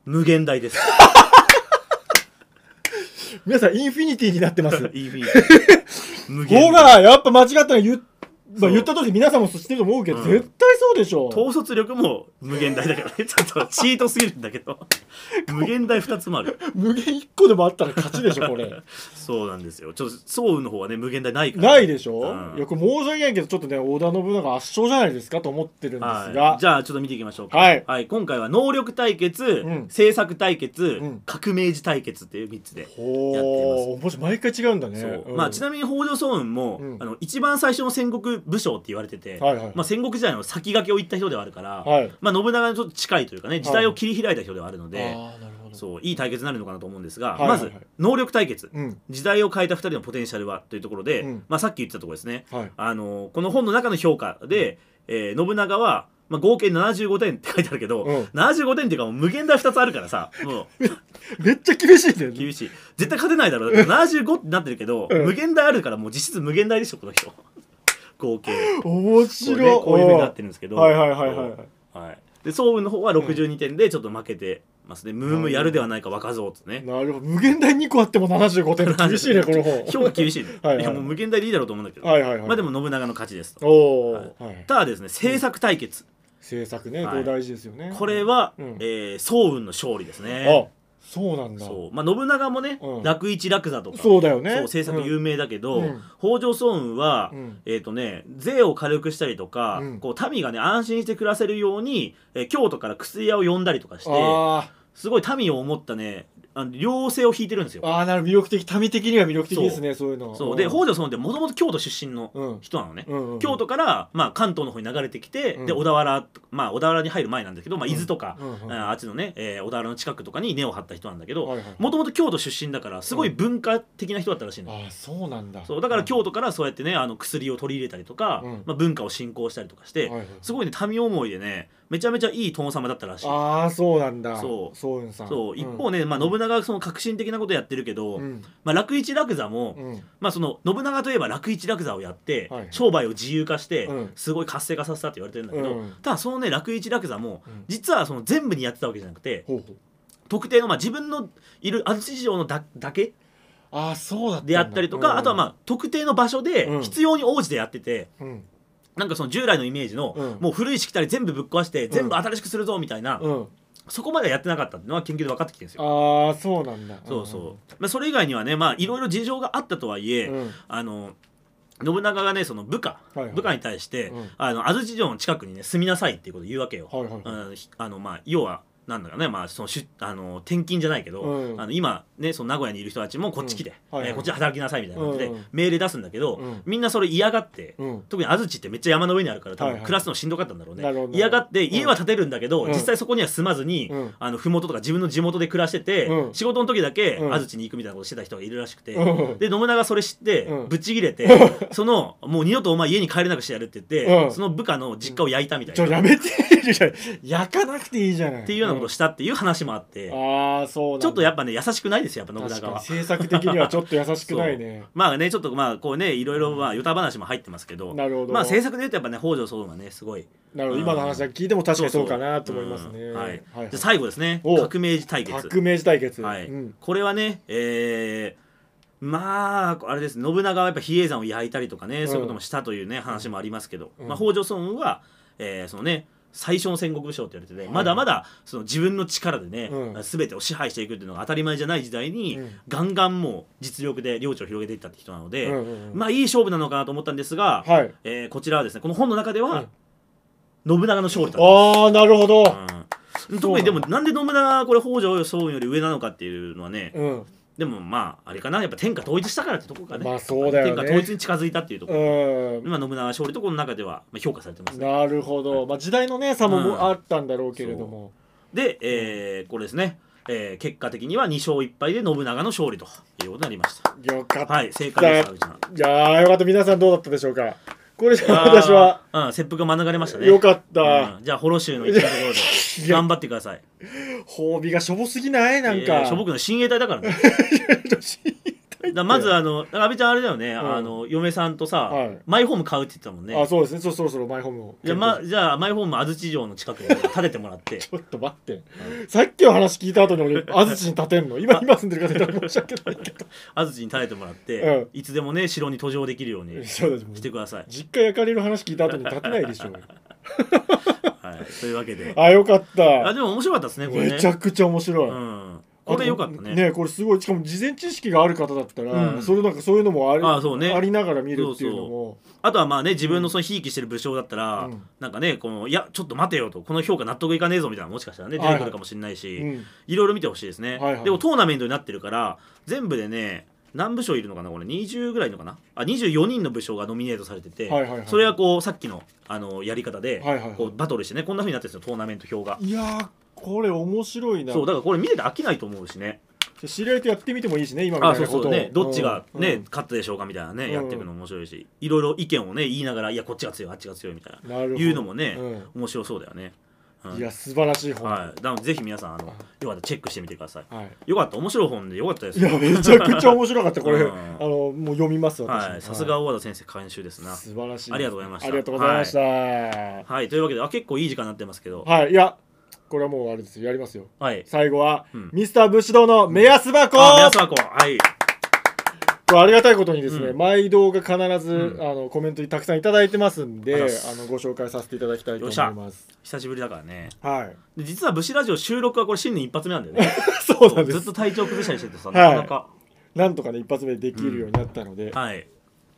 Speaker 1: 無限大です
Speaker 2: 皆さんインフィニティになってます
Speaker 1: イー フィー無
Speaker 2: ほ
Speaker 1: 限大
Speaker 2: らやっぱ間違ったの言っ,、ま
Speaker 1: そう
Speaker 2: あ、言った通り皆さんも知ってると思うけど、
Speaker 1: うん
Speaker 2: 絶対そうでしょ
Speaker 1: 統率力も無限大だからねちょっとチートすぎるんだけど無限大2つもある
Speaker 2: 無限1個でもあったら勝ちでしょこ れ
Speaker 1: そうなんですよちょっと総雲の方はね無限大ないから
Speaker 2: ないでしょ、
Speaker 1: うん
Speaker 2: いやこれ申し訳ないけどちょっとね織田信長圧勝じゃないですかと思ってるんですが、
Speaker 1: はい、じゃあちょっと見ていきましょうか
Speaker 2: はい
Speaker 1: 今回は能力対決、
Speaker 2: ん
Speaker 1: 政策対決、
Speaker 2: ん
Speaker 1: 革命児対決っていう3つで、やって
Speaker 2: ほーもし毎回違うんだね
Speaker 1: そう
Speaker 2: うん
Speaker 1: まあ、ちなみに北条早雲も、
Speaker 2: うん
Speaker 1: あの一番最初の戦国武将って言われてて、
Speaker 2: はいはい
Speaker 1: まあ、戦国時代の先駆けを言った人ではあるから、
Speaker 2: はい
Speaker 1: まあ、信長にちょっと近いというかね時代を切り開いた人ではあるので、
Speaker 2: あーなるほど
Speaker 1: そういい対決になるのかなと思うんですが、
Speaker 2: はいはいはい
Speaker 1: まず能力対決、
Speaker 2: うん
Speaker 1: 時代を変えた2人のポテンシャルはというところで、
Speaker 2: うん
Speaker 1: まあ、さっき言ってたところですね、
Speaker 2: はい
Speaker 1: あのこの本の中の評価で、えー信長は、まあ、合計75点って書いてあるけど、
Speaker 2: うん
Speaker 1: 75点っていうかもう無限大2つあるから さもう
Speaker 2: めっちゃ厳しいんだよね
Speaker 1: 厳しい絶対勝てないだろうだって75ってなってるけど、
Speaker 2: うん
Speaker 1: 無限大あるからもう実質無限大でしょこの人 合計
Speaker 2: 面
Speaker 1: こう,、
Speaker 2: 白い
Speaker 1: ね、こういうふうになってるんですけど
Speaker 2: はいはいはいはい
Speaker 1: そうはい、で総雲の方は62点でちょっと負けてますね、ムームーやるではないか若造ってね
Speaker 2: なるほど無限大2個あっても75 点って厳しいねこの本
Speaker 1: 評価厳しいね
Speaker 2: はいはい
Speaker 1: やもう無限大でいいだろうと思うんだけど、
Speaker 2: はいはいはい
Speaker 1: まあでも信長の勝ちですと
Speaker 2: おお、
Speaker 1: は
Speaker 2: はい、
Speaker 1: ただですね政策対決、
Speaker 2: 制作ね、
Speaker 1: はい
Speaker 2: これ大事ですよね
Speaker 1: これは、
Speaker 2: うん
Speaker 1: えー早雲の勝利です
Speaker 2: あ
Speaker 1: ね
Speaker 2: そうなんだそ
Speaker 1: そうまあ信長もね、
Speaker 2: うん
Speaker 1: 楽一楽座と
Speaker 2: う
Speaker 1: か
Speaker 2: だよね
Speaker 1: そう政策有名だけど、
Speaker 2: うん
Speaker 1: 北条早雲は、
Speaker 2: うん
Speaker 1: えっ、とね税を軽くしたりとか、
Speaker 2: うん
Speaker 1: こう民がね安心して暮らせるように、えー京都から薬屋を呼んだりとかして
Speaker 2: ああ
Speaker 1: すごい民を思ったねああの両性を引いてるんですよ
Speaker 2: ああなるほど魅力的民的には魅力的ですねそういうの
Speaker 1: そうで
Speaker 2: ほ
Speaker 1: 北条さんってもともと京都出身の
Speaker 2: うん
Speaker 1: 人なのね、
Speaker 2: うんうん
Speaker 1: 京都から、まあ、関東の方に流れてきて、
Speaker 2: うん
Speaker 1: で小田原、まあ、小田原に入る前なんだけど、まあ、伊豆とか、
Speaker 2: うんうんうん
Speaker 1: ああっちのね、えー小田原の近くとかに根を張った人なんだけど
Speaker 2: はいはいはい
Speaker 1: もともと京都出身だからすごい文化的な人だったらしいの、
Speaker 2: ああそうなんだ
Speaker 1: そうだから京都からそうやってねあの薬を取り入れたりとか、
Speaker 2: うん
Speaker 1: まあ、文化を振興したりとかし
Speaker 2: う
Speaker 1: て、
Speaker 2: んはいはい
Speaker 1: すごいね民思いでねめちゃめちゃいい殿様だったらしい
Speaker 2: ああそうなんだ
Speaker 1: そう
Speaker 2: そういうんさん
Speaker 1: そう一方ね、まあ、信長がその革新的なことやってるけど、
Speaker 2: うん
Speaker 1: まあ、楽一楽座も、
Speaker 2: うん
Speaker 1: まあ、その信長といえば楽一楽座をやって、
Speaker 2: はい
Speaker 1: 商売を自由化して、
Speaker 2: うん
Speaker 1: すごい活性化させたって言われてるんだけど、
Speaker 2: うん
Speaker 1: ただそのね楽一楽座も、
Speaker 2: うん
Speaker 1: 実はその全部にやってたわけじゃなくて
Speaker 2: ほうほう
Speaker 1: 特定の、まあ、自分のいる安土城のだだけ
Speaker 2: ああそうだったんだ
Speaker 1: でやったりとか、あとはま
Speaker 2: あ
Speaker 1: あ特定の場所で
Speaker 2: うん
Speaker 1: 必要に応じてやってて。
Speaker 2: うん
Speaker 1: なんかその従来のイメージの、
Speaker 2: うん
Speaker 1: もう古いしきたり全部ぶっ壊して
Speaker 2: ん
Speaker 1: 全部新しくするぞみたいな、
Speaker 2: うん
Speaker 1: そこまではやってなかったっていうのは研究で分かってきてるんですよ。
Speaker 2: ああそうなんだ
Speaker 1: そうそう、まあ、それ以外にはねまあいろいろ事情があったとはいえ、
Speaker 2: うん
Speaker 1: あの信長がねその部下、
Speaker 2: はいはい
Speaker 1: 部下に対して、
Speaker 2: うん
Speaker 1: あの安土城の近くにね住みなさいっていうことを言うわけよ。
Speaker 2: はいはいは
Speaker 1: うんひあのまあ要はなんだろうねまあその出あの転勤じゃないけど、
Speaker 2: うん
Speaker 1: あの今ねその名古屋にいる人たちもこっち来て、
Speaker 2: うんはいはい
Speaker 1: えーこっちで働きなさいみたいな感じで
Speaker 2: うん
Speaker 1: 命令出すんだけど、
Speaker 2: うん
Speaker 1: みんなそれ嫌がって。
Speaker 2: うん
Speaker 1: 特に安土ってめっちゃ山の上にあるから多
Speaker 2: はい
Speaker 1: 分
Speaker 2: はい
Speaker 1: 暮らすのしんどかったんだろうね、
Speaker 2: なるほど
Speaker 1: 嫌がって家は建てるんだけど、
Speaker 2: うん
Speaker 1: 実際そこには住まずに、
Speaker 2: うん
Speaker 1: あの麓とか自分の地元で暮らしてて、
Speaker 2: うん
Speaker 1: 仕事の時だけ
Speaker 2: うん
Speaker 1: 安土に行くみたいなことしてた人がいるらしくて、
Speaker 2: うん
Speaker 1: で信長それ知って、
Speaker 2: うん
Speaker 1: ぶっちぎれ て、そのもう二度とお前家に帰れなくしてやるって言って、
Speaker 2: うん
Speaker 1: その部下の実家を焼いたみたい
Speaker 2: ち
Speaker 1: な、
Speaker 2: ょ
Speaker 1: っ
Speaker 2: やめて いや焼かなくていいじゃないって
Speaker 1: いうようなことをしたっていう話もあって、
Speaker 2: ああそうなんだ
Speaker 1: ちょっとやっぱね優しくないですよやっぱ信長
Speaker 2: 確かに
Speaker 1: は。
Speaker 2: 政策的にはちょっと優しくないね
Speaker 1: まあねちょっとまあこうねいろいろまあ与太話も入ってますけど
Speaker 2: なるほど
Speaker 1: まあ政策で言うとやっぱね北条早雲はねすごい
Speaker 2: なるほ
Speaker 1: う
Speaker 2: ど
Speaker 1: ん
Speaker 2: 今の話は聞いても確かにそうかなと思いますね
Speaker 1: うんはい。
Speaker 2: はいはい
Speaker 1: じゃあ最後ですね。
Speaker 2: お
Speaker 1: 革命児対決。
Speaker 2: 革命時対決
Speaker 1: はい、
Speaker 2: うん
Speaker 1: これはね、えーまああれです。信長はやっぱ比叡山を焼いたりとかね、そういうこともしたというね話もありますけど、
Speaker 2: うん
Speaker 1: まあ北条孫雲は、えーそのね。最初の戦国武将って言われてて、
Speaker 2: はい
Speaker 1: まだまだその自分の力でね、
Speaker 2: うん
Speaker 1: 全てを支配していくっていうのが当たり前じゃない時代に、
Speaker 2: うん
Speaker 1: ガンガンもう実力で領地を広げていったって人なので、
Speaker 2: うんうんうん
Speaker 1: まあいい勝負なのかなと思ったんですが、
Speaker 2: はい
Speaker 1: えーこちらはですねこの本の中では、信長の勝利と
Speaker 2: ああなるほど
Speaker 1: うん、特にでもなんで信長がこれ北条早雲より上なのかっていうのはね、
Speaker 2: うん
Speaker 1: でもまああれかなやっぱ天下統一したからってとこかね,、
Speaker 2: まあそうだ
Speaker 1: 天
Speaker 2: よね
Speaker 1: 下統一に近づいたっていうところ、
Speaker 2: うん
Speaker 1: 今信長勝利とこの中ではまあ評価されてますね
Speaker 2: なるほど、まあ、時代のね差も
Speaker 1: うん
Speaker 2: もあったんだろうけれども、
Speaker 1: で、えーこれですね、えー結果的には2勝1敗で信長の勝利ということになりました
Speaker 2: よかった、、
Speaker 1: はいい正解です沢口
Speaker 2: やーよかった皆さんどうだったでしょうかこれじゃ
Speaker 1: さん
Speaker 2: あ私は
Speaker 1: あーうん切腹が免れましたね
Speaker 2: よかった、
Speaker 1: うんじゃあホロ州の一のところで頑張ってください
Speaker 2: 褒美がしょぼすぎないなんか、
Speaker 1: えーしょぼくの親衛隊だから ねだからまずあの阿部ちゃんあれだよね、
Speaker 2: ん
Speaker 1: あの嫁さんとさ、
Speaker 2: はい
Speaker 1: マイホーム買うって言ってたもんね
Speaker 2: あそうですねそそろそろマイホームを
Speaker 1: じゃあ、ま、じゃあマイホーム安土城の近く に建ててもらって
Speaker 2: ちょっと待って、さっきの話聞いた後 に俺安土に立てんの今今住んでる方に申し訳ないけど
Speaker 1: 安土に建ててもらって、
Speaker 2: うん
Speaker 1: いつでもね城に途上できるように
Speaker 2: そうです
Speaker 1: してくだ さい、
Speaker 2: 実家焼かれる話聞いた後に立てないでしょ
Speaker 1: はい、というわけで
Speaker 2: あよかった
Speaker 1: あでも面白かったですねこれね
Speaker 2: めちゃくちゃ面白い、
Speaker 1: うん、これよかったね
Speaker 2: ねこれすごいしかも事前知識がある方だったら、
Speaker 1: うん
Speaker 2: それなんかそういうのもあり
Speaker 1: あそうね
Speaker 2: ありながら見るっていうのも
Speaker 1: あとはまあね自分のそのひいきしてる武将だったら、
Speaker 2: うん
Speaker 1: なんかねこのいやちょっと待てよとこの評価納得いかねえぞみたいなのもしかしたらね出てくるかもしれないし、
Speaker 2: うん
Speaker 1: いろいろ見てほしいですね、
Speaker 2: はいはい
Speaker 1: でもトーナメントになってるから全部でね何部署いるのかなこれ20ぐらいいるのかなあ24人の部署がノミネートされてて、
Speaker 2: はいはいはい
Speaker 1: それはこうさっきのあのやり方で、
Speaker 2: はいはいはい
Speaker 1: こうバトルしてねこんなふうになってるんですよトーナメント表が
Speaker 2: いやーこれ面白いな
Speaker 1: そうだからこれ見てて飽きないと思うしね
Speaker 2: 知り合いとやってみてもいいしね今み
Speaker 1: あ
Speaker 2: た
Speaker 1: そう
Speaker 2: いな
Speaker 1: そ
Speaker 2: こ
Speaker 1: う
Speaker 2: とを
Speaker 1: ねどっちが
Speaker 2: うん
Speaker 1: ね、勝ったでしょうかみたいなね、
Speaker 2: うん
Speaker 1: やっていくの面白いしいろいろ意見をね言いながらいやこっちが強いあっちが強いみたいな
Speaker 2: うんなるほど
Speaker 1: いうのもね、
Speaker 2: う
Speaker 1: 面白そうだよね、うん
Speaker 2: んいや素晴らしい本は
Speaker 1: はい、なのでぜひ皆さんあのよかったらチェックしてみてください
Speaker 2: い、
Speaker 1: よかった面白い本でよかったです
Speaker 2: い、やめちゃくちゃ面白かったこれ、
Speaker 1: うん
Speaker 2: あのもう読みます私も
Speaker 1: はい、さすが大和田先生監修ですな
Speaker 2: 素晴らしい
Speaker 1: ありがとうございました
Speaker 2: ありがとうございましたは
Speaker 1: はいというわけであ結構いい時間になってますけど
Speaker 2: い、い、やこれはもうあれですよやりますよ
Speaker 1: はい
Speaker 2: 最後は、
Speaker 1: うん
Speaker 2: ミスター武士道の目安箱、
Speaker 1: あ皆さんこうはい
Speaker 2: これありがたいことにですね、
Speaker 1: うん
Speaker 2: 毎動が必ず、
Speaker 1: うん
Speaker 2: あのコメントにたくさんいただいてますんで
Speaker 1: あり
Speaker 2: あ
Speaker 1: がとうございます
Speaker 2: のご紹介させていただきたいと思います
Speaker 1: 久しぶりだからね
Speaker 2: はい
Speaker 1: で実は武士ラジオ収録はこれ新年一発目なんだよね
Speaker 2: そうなんで
Speaker 1: ずっ
Speaker 2: す
Speaker 1: と体調崩したりしててさ、
Speaker 2: はい
Speaker 1: なかなか
Speaker 2: なんとかね一発目できるようになったので、
Speaker 1: はい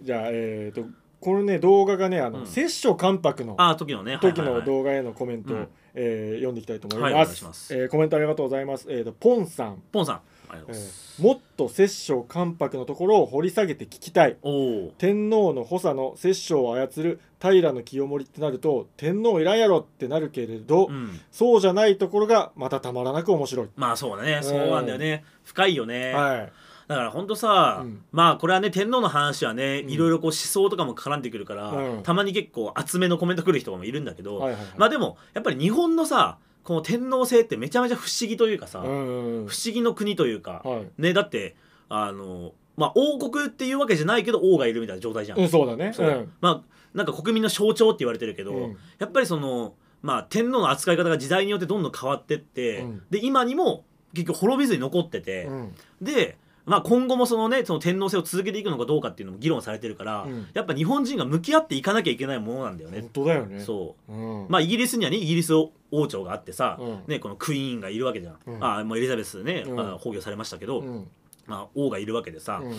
Speaker 2: じゃあえっ、とこのね動画がねあの、
Speaker 1: うん
Speaker 2: 摂政関白の
Speaker 1: あ時のね
Speaker 2: 時の
Speaker 1: はいはいはい
Speaker 2: 動画へのコメントを、
Speaker 1: うん
Speaker 2: えー読んでいきたいと思い
Speaker 1: はいお
Speaker 2: ま
Speaker 1: 願い
Speaker 2: す,、
Speaker 1: します
Speaker 2: えーコメントありがとうございます、えー、とポンさん
Speaker 1: ポンさんありがとうご
Speaker 2: え
Speaker 1: ざいま
Speaker 2: ーもっと摂政関白のところを掘り下げて聞きたい
Speaker 1: す。おお。
Speaker 2: 天皇の補佐の摂政を操る平清盛ってなると天皇いらんやろってなるけれど、
Speaker 1: うん。
Speaker 2: そうじゃないところがまたたまらなく面白い、
Speaker 1: まあそうだね。そうなんだよね。深いよね。
Speaker 2: はい
Speaker 1: だから本当さ、
Speaker 2: うん
Speaker 1: まあこれはね天皇の話はね、
Speaker 2: うん
Speaker 1: いろいろこう思想とかも絡んでくるから、
Speaker 2: うん
Speaker 1: たまに結構厚めのコメントくる人もいるんだけど、
Speaker 2: はいはいはい
Speaker 1: まあでもやっぱり日本のさこの天皇制ってめちゃめちゃ不思議というかさ、
Speaker 2: うんうんうん
Speaker 1: 不思議の国というか、
Speaker 2: はい
Speaker 1: ねだってあのまあ王国っていうわけじゃないけど王がいるみたいな状態じゃん、
Speaker 2: うん、そうだね
Speaker 1: そうまあなんか国民の象徴って言われてるけど、
Speaker 2: うん
Speaker 1: やっぱりそのまあ天皇の扱い方が時代によってどんどん変わってって、
Speaker 2: うん
Speaker 1: で今にも結局滅びずに残ってて、
Speaker 2: うん
Speaker 1: で、まあ、今後もその、ね、その天皇制を続けていくのかどうかっていうのも議論されてるから、
Speaker 2: うん
Speaker 1: やっぱ日本人が向き合っていかなきゃいけないものなんだよね
Speaker 2: 本。当だよね
Speaker 1: そう
Speaker 2: う、ん
Speaker 1: まあ、イギリスにはねイギリス王朝があってさ、
Speaker 2: うん
Speaker 1: ね、このクイーンがいるわけじゃん、
Speaker 2: うん
Speaker 1: あもうエリザベスね、
Speaker 2: うん
Speaker 1: まあ、崩御されましたけど、
Speaker 2: うん
Speaker 1: まあ、王がいるわけでさ、
Speaker 2: うん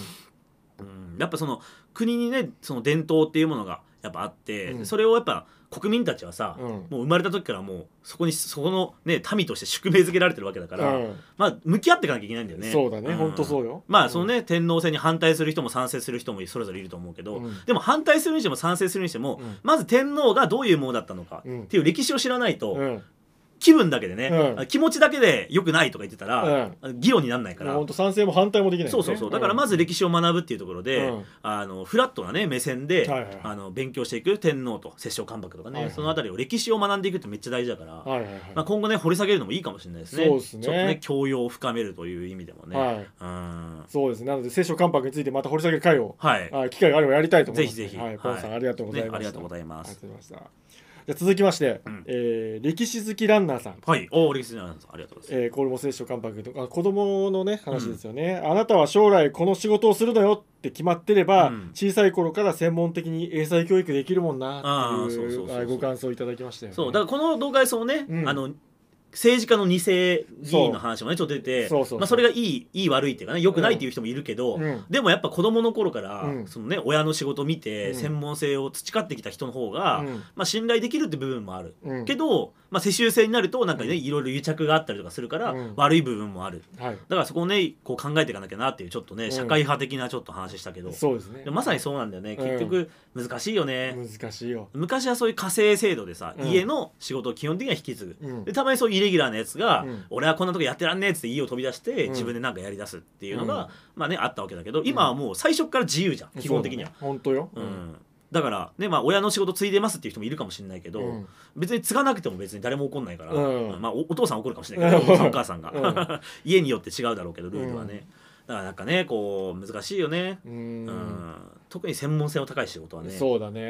Speaker 1: うんやっぱその国にねその伝統っていうものがやっぱあって、
Speaker 2: うん
Speaker 1: それをやっぱ国民たちはさ、
Speaker 2: うん
Speaker 1: もう生まれた時からもうそこにそこの、ね、民として宿命づけられてるわけだから、
Speaker 2: うん
Speaker 1: まあ、向き合っていかなきゃいけないんだよね。
Speaker 2: そうだね、
Speaker 1: ん
Speaker 2: 本当そうよ
Speaker 1: まあそのね、天皇制に反対する人も賛成する人もそれぞれいると思うけど、
Speaker 2: うん
Speaker 1: でも反対するにしても賛成するにしても、
Speaker 2: うん
Speaker 1: まず天皇がどういうものだったのか
Speaker 2: うん
Speaker 1: っていう歴史を知らないと、
Speaker 2: うん、うん
Speaker 1: 気分だけでね、
Speaker 2: うん
Speaker 1: 気持ちだけで良くないとか言ってたら、議論にならないか
Speaker 2: もう
Speaker 1: ら、
Speaker 2: 本当賛成も反対もできない、ね、
Speaker 1: そうそうそうだからまず歴史を学ぶっていうところで、
Speaker 2: うん
Speaker 1: あのフラットなね目線で、
Speaker 2: はいはいはい
Speaker 1: あの勉強していく天皇と摂政関白とかね、
Speaker 2: はいはい
Speaker 1: そのあたりを歴史を学んでいくってめっちゃ大事だから。
Speaker 2: はいはいはい、
Speaker 1: まあ、今後ね掘り下げるのもいいかもしれないですね。
Speaker 2: そうですね
Speaker 1: ちょっとね教養を深めるという意味でもね。
Speaker 2: はい
Speaker 1: うん
Speaker 2: そうですねなので聖書関白についてまた掘り下げる会を、
Speaker 1: はい。
Speaker 2: あ機会があればやりたいと思
Speaker 1: ぜ
Speaker 2: いま
Speaker 1: ひ
Speaker 2: す
Speaker 1: ぜひ。
Speaker 2: はい、ポンさん、ありがとうございました、
Speaker 1: ねありがとうござい
Speaker 2: あ
Speaker 1: ま
Speaker 2: りが
Speaker 1: す。
Speaker 2: とうございましたじゃあ続きまして、
Speaker 1: うん
Speaker 2: えー歴史好きランナーさん
Speaker 1: はい。おお、リスナーさん、ありがとうござい
Speaker 2: えー、これも聖書関白とか子供のね話ですよね、あなたは将来この仕事をするのよって決まってれば、
Speaker 1: うん
Speaker 2: 小さい頃から専門的に英才教育できるもんなってい
Speaker 1: あーそうそうそう
Speaker 2: う
Speaker 1: そう
Speaker 2: あーご感想いただきましたよ、
Speaker 1: ま
Speaker 2: ね、
Speaker 1: す。そう、だからこの動画でそのね、
Speaker 2: うん
Speaker 1: あの、政治家の二世議員の話もね、ちょっと出て、
Speaker 2: そうそうそう
Speaker 1: まあ、それがいい、いい悪いっていうかね、良くないっていう人もいるけど、
Speaker 2: うん
Speaker 1: でもやっぱ子供の頃から、
Speaker 2: うん
Speaker 1: そのね、親の仕事を見
Speaker 2: う
Speaker 1: て、
Speaker 2: ん
Speaker 1: 専門性を培ってきた人の方が、
Speaker 2: うん
Speaker 1: まあ、信頼できるって部分もある。
Speaker 2: うん
Speaker 1: けど、まあ、世襲制になるとなんかね、
Speaker 2: うん
Speaker 1: いろいろ癒着があったりとかするから、
Speaker 2: うん
Speaker 1: 悪い部分もある
Speaker 2: はい
Speaker 1: だからそこをねこう考えていかなきゃなっていうちょっとね、
Speaker 2: うん
Speaker 1: 社会派的なちょっと話したけど
Speaker 2: そうですね
Speaker 1: でもまさにそうなんだよね結局難しいよね、
Speaker 2: 難しいよ、
Speaker 1: 昔はそういう家政制度でさ、
Speaker 2: うん
Speaker 1: 家の仕事を基本的には引き継ぐ、
Speaker 2: うん
Speaker 1: でたまにそういうイレギュラーなやつが、
Speaker 2: うん
Speaker 1: 俺はこんなとこやってらんねえっつって家を飛び出して、
Speaker 2: うん
Speaker 1: 自分で何かやりだすっていうのが、
Speaker 2: うん
Speaker 1: まあねあったわけだけど今はもう最初から自由じゃん基本的には
Speaker 2: そうだね本当よ、
Speaker 1: う、ん、だからねまあ親の仕事継いでますっていう人もいるかもしれないけど、
Speaker 2: うん
Speaker 1: 別に継がなくても別に誰も怒んないから、
Speaker 2: うん
Speaker 1: まあおお父さん怒るかもしれないけど、
Speaker 2: うん
Speaker 1: お母さんが、
Speaker 2: うん
Speaker 1: 家によって違うだろうけどルールはね、
Speaker 2: うん
Speaker 1: だからなんかねこう難しいよね、
Speaker 2: う
Speaker 1: うん
Speaker 2: ん
Speaker 1: 特に専門性の高い仕事はね
Speaker 2: そうだね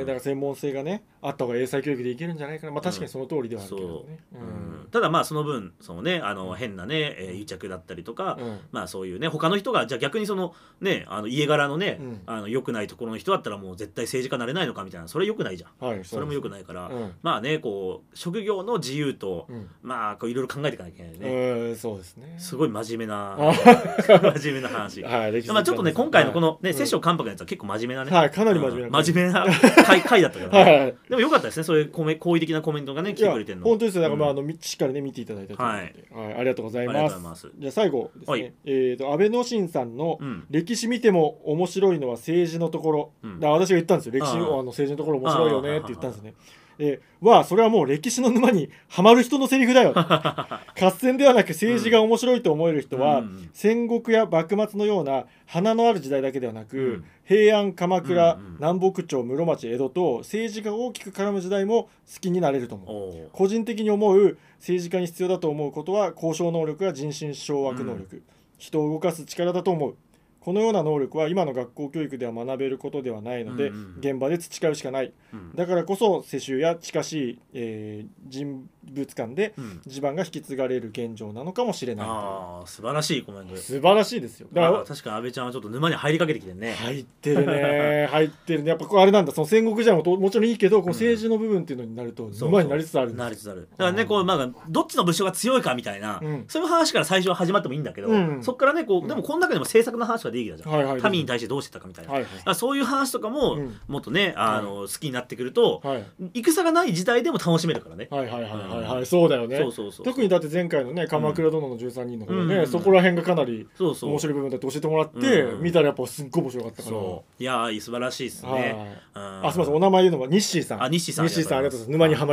Speaker 1: うん
Speaker 2: だから専門性がねあった方が英才教育でいけるんじゃないかなまあ確かにその通りではあるけどね
Speaker 1: う
Speaker 2: うんん
Speaker 1: ただまあその分そのねあの変なね、えー癒着だったりとか、
Speaker 2: うん
Speaker 1: まあそういうね他の人がじゃあ逆にそのねあの家柄のね、
Speaker 2: うん
Speaker 1: あの良くないところの人だったらもう絶対政治家なれないのかみたいなそれ良くないじゃん
Speaker 2: はい
Speaker 1: それも良
Speaker 2: く
Speaker 1: くないから、
Speaker 2: うん
Speaker 1: まあねこう職業の自由と、
Speaker 2: うん
Speaker 1: まあこういろいろ考えていかなきゃいけないよね、
Speaker 2: うんそうですね
Speaker 1: すごい真面目な
Speaker 2: あ
Speaker 1: 真面目な 話。
Speaker 2: はい、歴史
Speaker 1: まあちょっとね今回のこのね
Speaker 2: はい
Speaker 1: 摂政関白のやつは結構真面目なね。
Speaker 2: はいかなり真面目な
Speaker 1: うん真面目な回回だったから
Speaker 2: は
Speaker 1: ね。
Speaker 2: いはい
Speaker 1: でも良かったですねそういうコメ好意的なコメントがね来てくれてるの。
Speaker 2: 本当ですよだから、まあ
Speaker 1: う
Speaker 2: あ
Speaker 1: ん
Speaker 2: のみしっかりね見ていただいたと思うのではい、ありがとうござい
Speaker 1: あり
Speaker 2: ま
Speaker 1: が
Speaker 2: す
Speaker 1: とうございます
Speaker 2: じゃあ最後ですね、
Speaker 1: はい
Speaker 2: えー、と安倍の新さんの
Speaker 1: うん
Speaker 2: 歴史見ても面白いのは政治のところ、
Speaker 1: うん
Speaker 2: だから私が言ったんですよ歴史
Speaker 1: ああ
Speaker 2: をあの政治のところ面白いよね
Speaker 1: ああ
Speaker 2: って言ったんですねではそれはもう歴史の沼にはまる人のセリフだ よ合戦ではなく政治が面白いと思える人は、
Speaker 1: うん
Speaker 2: 戦国や幕末のような花のある時代だけではなく、
Speaker 1: うん
Speaker 2: 平安鎌倉、
Speaker 1: うんうん
Speaker 2: 南北朝室町江戸と政治が大きく絡む時代も好きになれると思う
Speaker 1: おー
Speaker 2: 個人的に思う政治家に必要だと思うことは交渉能力や人心掌握能力、人を動かす力だと思うこのような能力は今の学校教育では学べることではないので、
Speaker 1: うんうん
Speaker 2: 現場で培うしかない
Speaker 1: うん
Speaker 2: だからこそ世襲や近しい、えー人物間で
Speaker 1: うん
Speaker 2: 地盤が引き継がれる現状なのかもしれないと
Speaker 1: ああ素晴らしいコメント
Speaker 2: い
Speaker 1: で
Speaker 2: う
Speaker 1: す。
Speaker 2: 素晴らしいですよだ
Speaker 1: ま
Speaker 2: か
Speaker 1: あ
Speaker 2: ら
Speaker 1: 確かに安倍ちゃんはちょっと沼に入りかけてきてるね。
Speaker 2: 入っ てるね入ってるねやっぱこうあれなんだその戦国時代もともちろんいいけどこの政治の部分っていうのになると
Speaker 1: そう
Speaker 2: 沼になりつつあるんで
Speaker 1: なり
Speaker 2: す
Speaker 1: つつあるだからねこうまあどっちの武将が強いかみたいな、
Speaker 2: うん
Speaker 1: そういう話から最初は始まってもいいんだけど、
Speaker 2: うん
Speaker 1: そこからねこ
Speaker 2: う
Speaker 1: うんでもこの中でも政策の話がでで義だじゃん、
Speaker 2: はいはい
Speaker 1: 民に対してどうしてたかみたいな、
Speaker 2: はい
Speaker 1: だからそういう話とかも、
Speaker 2: うん
Speaker 1: もっとねあの、好きになってくると、
Speaker 2: はい
Speaker 1: 戦がない時代でも楽しめるからね、
Speaker 2: はいはいはいはいはい、そうだよね
Speaker 1: そうそうそう
Speaker 2: 特にだって前回のね「鎌倉殿の13人」の方でね、
Speaker 1: うん
Speaker 2: そこら辺がかなり
Speaker 1: そうそう
Speaker 2: 面白い部分だって教えてもらって、
Speaker 1: うん
Speaker 2: 見たらやっぱすっごい面白かったから
Speaker 1: そういやー素晴らしいです
Speaker 2: はい、
Speaker 1: ね、うん
Speaker 2: あすみませんお名前言うのが日誌さん
Speaker 1: あ日誌さん
Speaker 2: 日誌さんあ
Speaker 1: あり
Speaker 2: りが
Speaker 1: が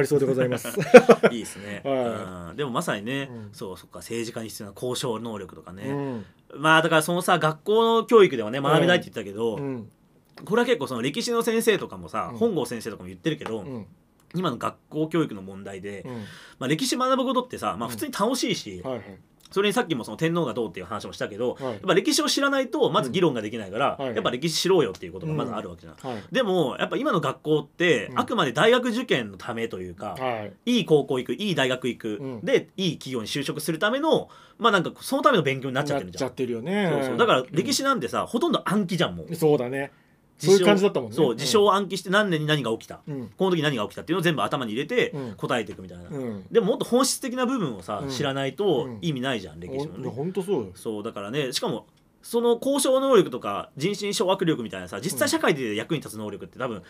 Speaker 2: と
Speaker 1: と
Speaker 2: う
Speaker 1: う
Speaker 2: ございます
Speaker 1: ございます
Speaker 2: 沼にはまりそうでございます
Speaker 1: いいですね、
Speaker 2: は
Speaker 1: うんでもまさにね、
Speaker 2: うん
Speaker 1: そうそっか政治家に必要な交渉能力とか
Speaker 2: う
Speaker 1: ね、
Speaker 2: ん
Speaker 1: まあだからそのさ学校の教育ではね学びないって言ったけど、
Speaker 2: うん
Speaker 1: これは結構その歴史の先生とかもさ、
Speaker 2: うん
Speaker 1: 本郷先生とかも言ってるけど、
Speaker 2: うん
Speaker 1: 今の学校教育の問題で、
Speaker 2: うん
Speaker 1: まあ、歴史学ぶことってさ、まあ、
Speaker 2: うん
Speaker 1: 普通に楽しいし、
Speaker 2: はいはい
Speaker 1: それにさっきもその天皇がどうっていう話もしたけど、
Speaker 2: はい
Speaker 1: やっぱ歴史を知らないとまず議論ができないから、
Speaker 2: うんはい
Speaker 1: やっぱ歴史知ろうよっていうことがまずあるわけじゃん。
Speaker 2: はい
Speaker 1: でもやっぱ今の学校って、
Speaker 2: うん
Speaker 1: あくまで大学受験のためというか、
Speaker 2: はい
Speaker 1: いい高校行くいい大学行く、
Speaker 2: うん
Speaker 1: でいい企業に就職するためのまあなんかそのための勉強になっちゃってるじゃん。
Speaker 2: よね
Speaker 1: そうそうだから歴史なんてさ、ほとんど暗記じゃんもう
Speaker 2: うんそうだねそういう感じだったもんね
Speaker 1: そう事象を暗記して何年に何が起きた、
Speaker 2: うん
Speaker 1: この時何が起きたっていうのを全部頭に入れて
Speaker 2: うん
Speaker 1: 答えていくみたいな、
Speaker 2: うん
Speaker 1: でももっと本質的な部分をさ、
Speaker 2: うん
Speaker 1: 知らないと
Speaker 2: うん
Speaker 1: 意味ないじゃん、歴史もね、
Speaker 2: 本当そうよ
Speaker 1: そうだからねしかもその交渉能力とか人心掌握力みたいなさ実際社会で役に立つ能力って多分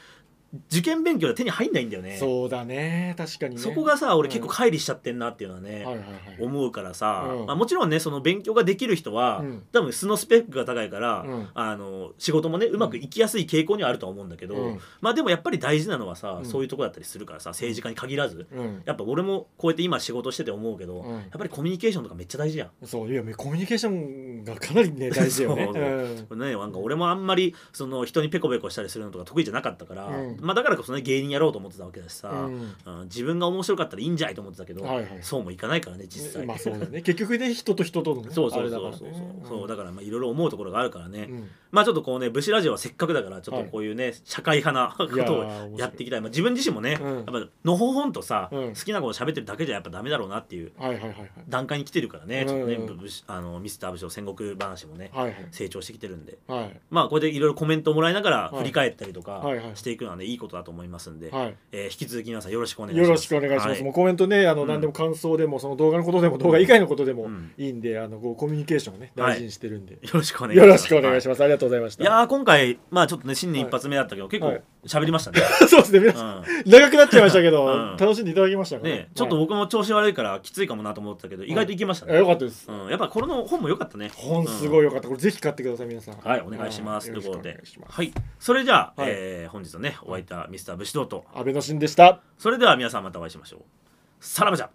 Speaker 1: 受験勉強で手に入んないんだよね
Speaker 2: そうだね確かにね
Speaker 1: そこがさ俺
Speaker 2: うん
Speaker 1: 結構乖離しちゃってんなっていうのは
Speaker 2: はい
Speaker 1: ね、
Speaker 2: はいはい
Speaker 1: 思うからさ、
Speaker 2: うん
Speaker 1: まあ、もちろんねその勉強ができる人は、
Speaker 2: うん
Speaker 1: 多分素のスペックが高いから、
Speaker 2: うん
Speaker 1: あの仕事もねうまくいきやすい傾向にはあるとは思うんだけど、
Speaker 2: うん
Speaker 1: まあでもやっぱり大事なのはさ、
Speaker 2: うん
Speaker 1: そういうとこだったりするからさ政治家に限らず
Speaker 2: うん
Speaker 1: やっぱ俺もこうやって今仕事してて思うけど、
Speaker 2: うん
Speaker 1: やっぱりコミュニケーションとかめっちゃ大事やん。
Speaker 2: そういやコミュニケーションがかなり ね大事だよね
Speaker 1: そう
Speaker 2: うん
Speaker 1: ね、なんか俺もあんまりその人にペコペコしたりするのとか得意じゃなかったから、
Speaker 2: うん
Speaker 1: まあ、だからこそね芸人やろうと思ってたわけだしさ、
Speaker 2: うん
Speaker 1: うん自分が面白かったらいいんじゃいと思ってたけど、
Speaker 2: はいはい
Speaker 1: そうもいかないからね実際、
Speaker 2: まあそうだね結局ね人と人とのね
Speaker 1: そうそうそ
Speaker 2: あれ
Speaker 1: う
Speaker 2: だ
Speaker 1: そ
Speaker 2: か
Speaker 1: う
Speaker 2: ら
Speaker 1: そう
Speaker 2: ね
Speaker 1: そうだからまあいろいろ思うところがあるからね、
Speaker 2: うん
Speaker 1: まあちょっとこうね武士ラジオはせっかくだからちょっとこういうね、社会派な
Speaker 2: いや
Speaker 1: ことを
Speaker 2: ー面白い
Speaker 1: やっていきたい、まあ、自分自身もね、
Speaker 2: うん
Speaker 1: やっぱのほほんとさ、
Speaker 2: うん
Speaker 1: 好きなこと喋ってるだけじゃやっぱダメだろうなっていう
Speaker 2: はいはいはいはい
Speaker 1: 段階に来てるからね、
Speaker 2: うん
Speaker 1: ちょっとねぶぶしあのミスター武将戦国話もね、
Speaker 2: はいはい
Speaker 1: 成長してきてるんで
Speaker 2: はい
Speaker 1: まあこれでいろいろコメントをもらいながら
Speaker 2: い
Speaker 1: 振り返ったりとか
Speaker 2: はいはい
Speaker 1: していくのはねいいことだと思いますんで、
Speaker 2: はい
Speaker 1: えー引き続き皆さんよろしくお願いします。
Speaker 2: よろしくお願いします。
Speaker 1: はい
Speaker 2: もうコメントね、あの、
Speaker 1: うん
Speaker 2: 何でも感想でも、その動画のことでも、動画以外のことでも
Speaker 1: うん
Speaker 2: いいんで、あの、こうコミュニケーションをね、
Speaker 1: はい
Speaker 2: 大事にしてるんで。
Speaker 1: よろしくお願いしま
Speaker 2: よ
Speaker 1: す。
Speaker 2: ろしくお願いします。ありがとうございまし
Speaker 1: い
Speaker 2: た。
Speaker 1: やー今回まあちょっとね新年一発目だったけど、結
Speaker 2: は
Speaker 1: 構
Speaker 2: い
Speaker 1: 喋りました ね。
Speaker 2: そうですね、皆さん、
Speaker 1: うん
Speaker 2: 長くなっちゃいましたけど、
Speaker 1: うん
Speaker 2: 楽しんでいただきましたかね
Speaker 1: ね、ちょっと僕も調子悪いからきついかもなと思ってたけど、意外といけました
Speaker 2: はいあよ
Speaker 1: ね。
Speaker 2: かったです。
Speaker 1: うん、やっぱこれの本も良かったね。
Speaker 2: 本す
Speaker 1: い。
Speaker 2: ごいよかった。これぜひ買ってください、皆さん。
Speaker 1: はい、お願いします。
Speaker 2: は
Speaker 1: とい
Speaker 2: よ
Speaker 1: う
Speaker 2: ろ
Speaker 1: こ
Speaker 2: しく
Speaker 1: と
Speaker 2: お願
Speaker 1: で
Speaker 2: いし。ます。
Speaker 1: はい。それじゃあ、
Speaker 2: はい
Speaker 1: えー本日のね、お相手はミスター武士道と、
Speaker 2: 安倍のシンでした。
Speaker 1: それでは皆さんまたお会いしましょう。さらばじゃ。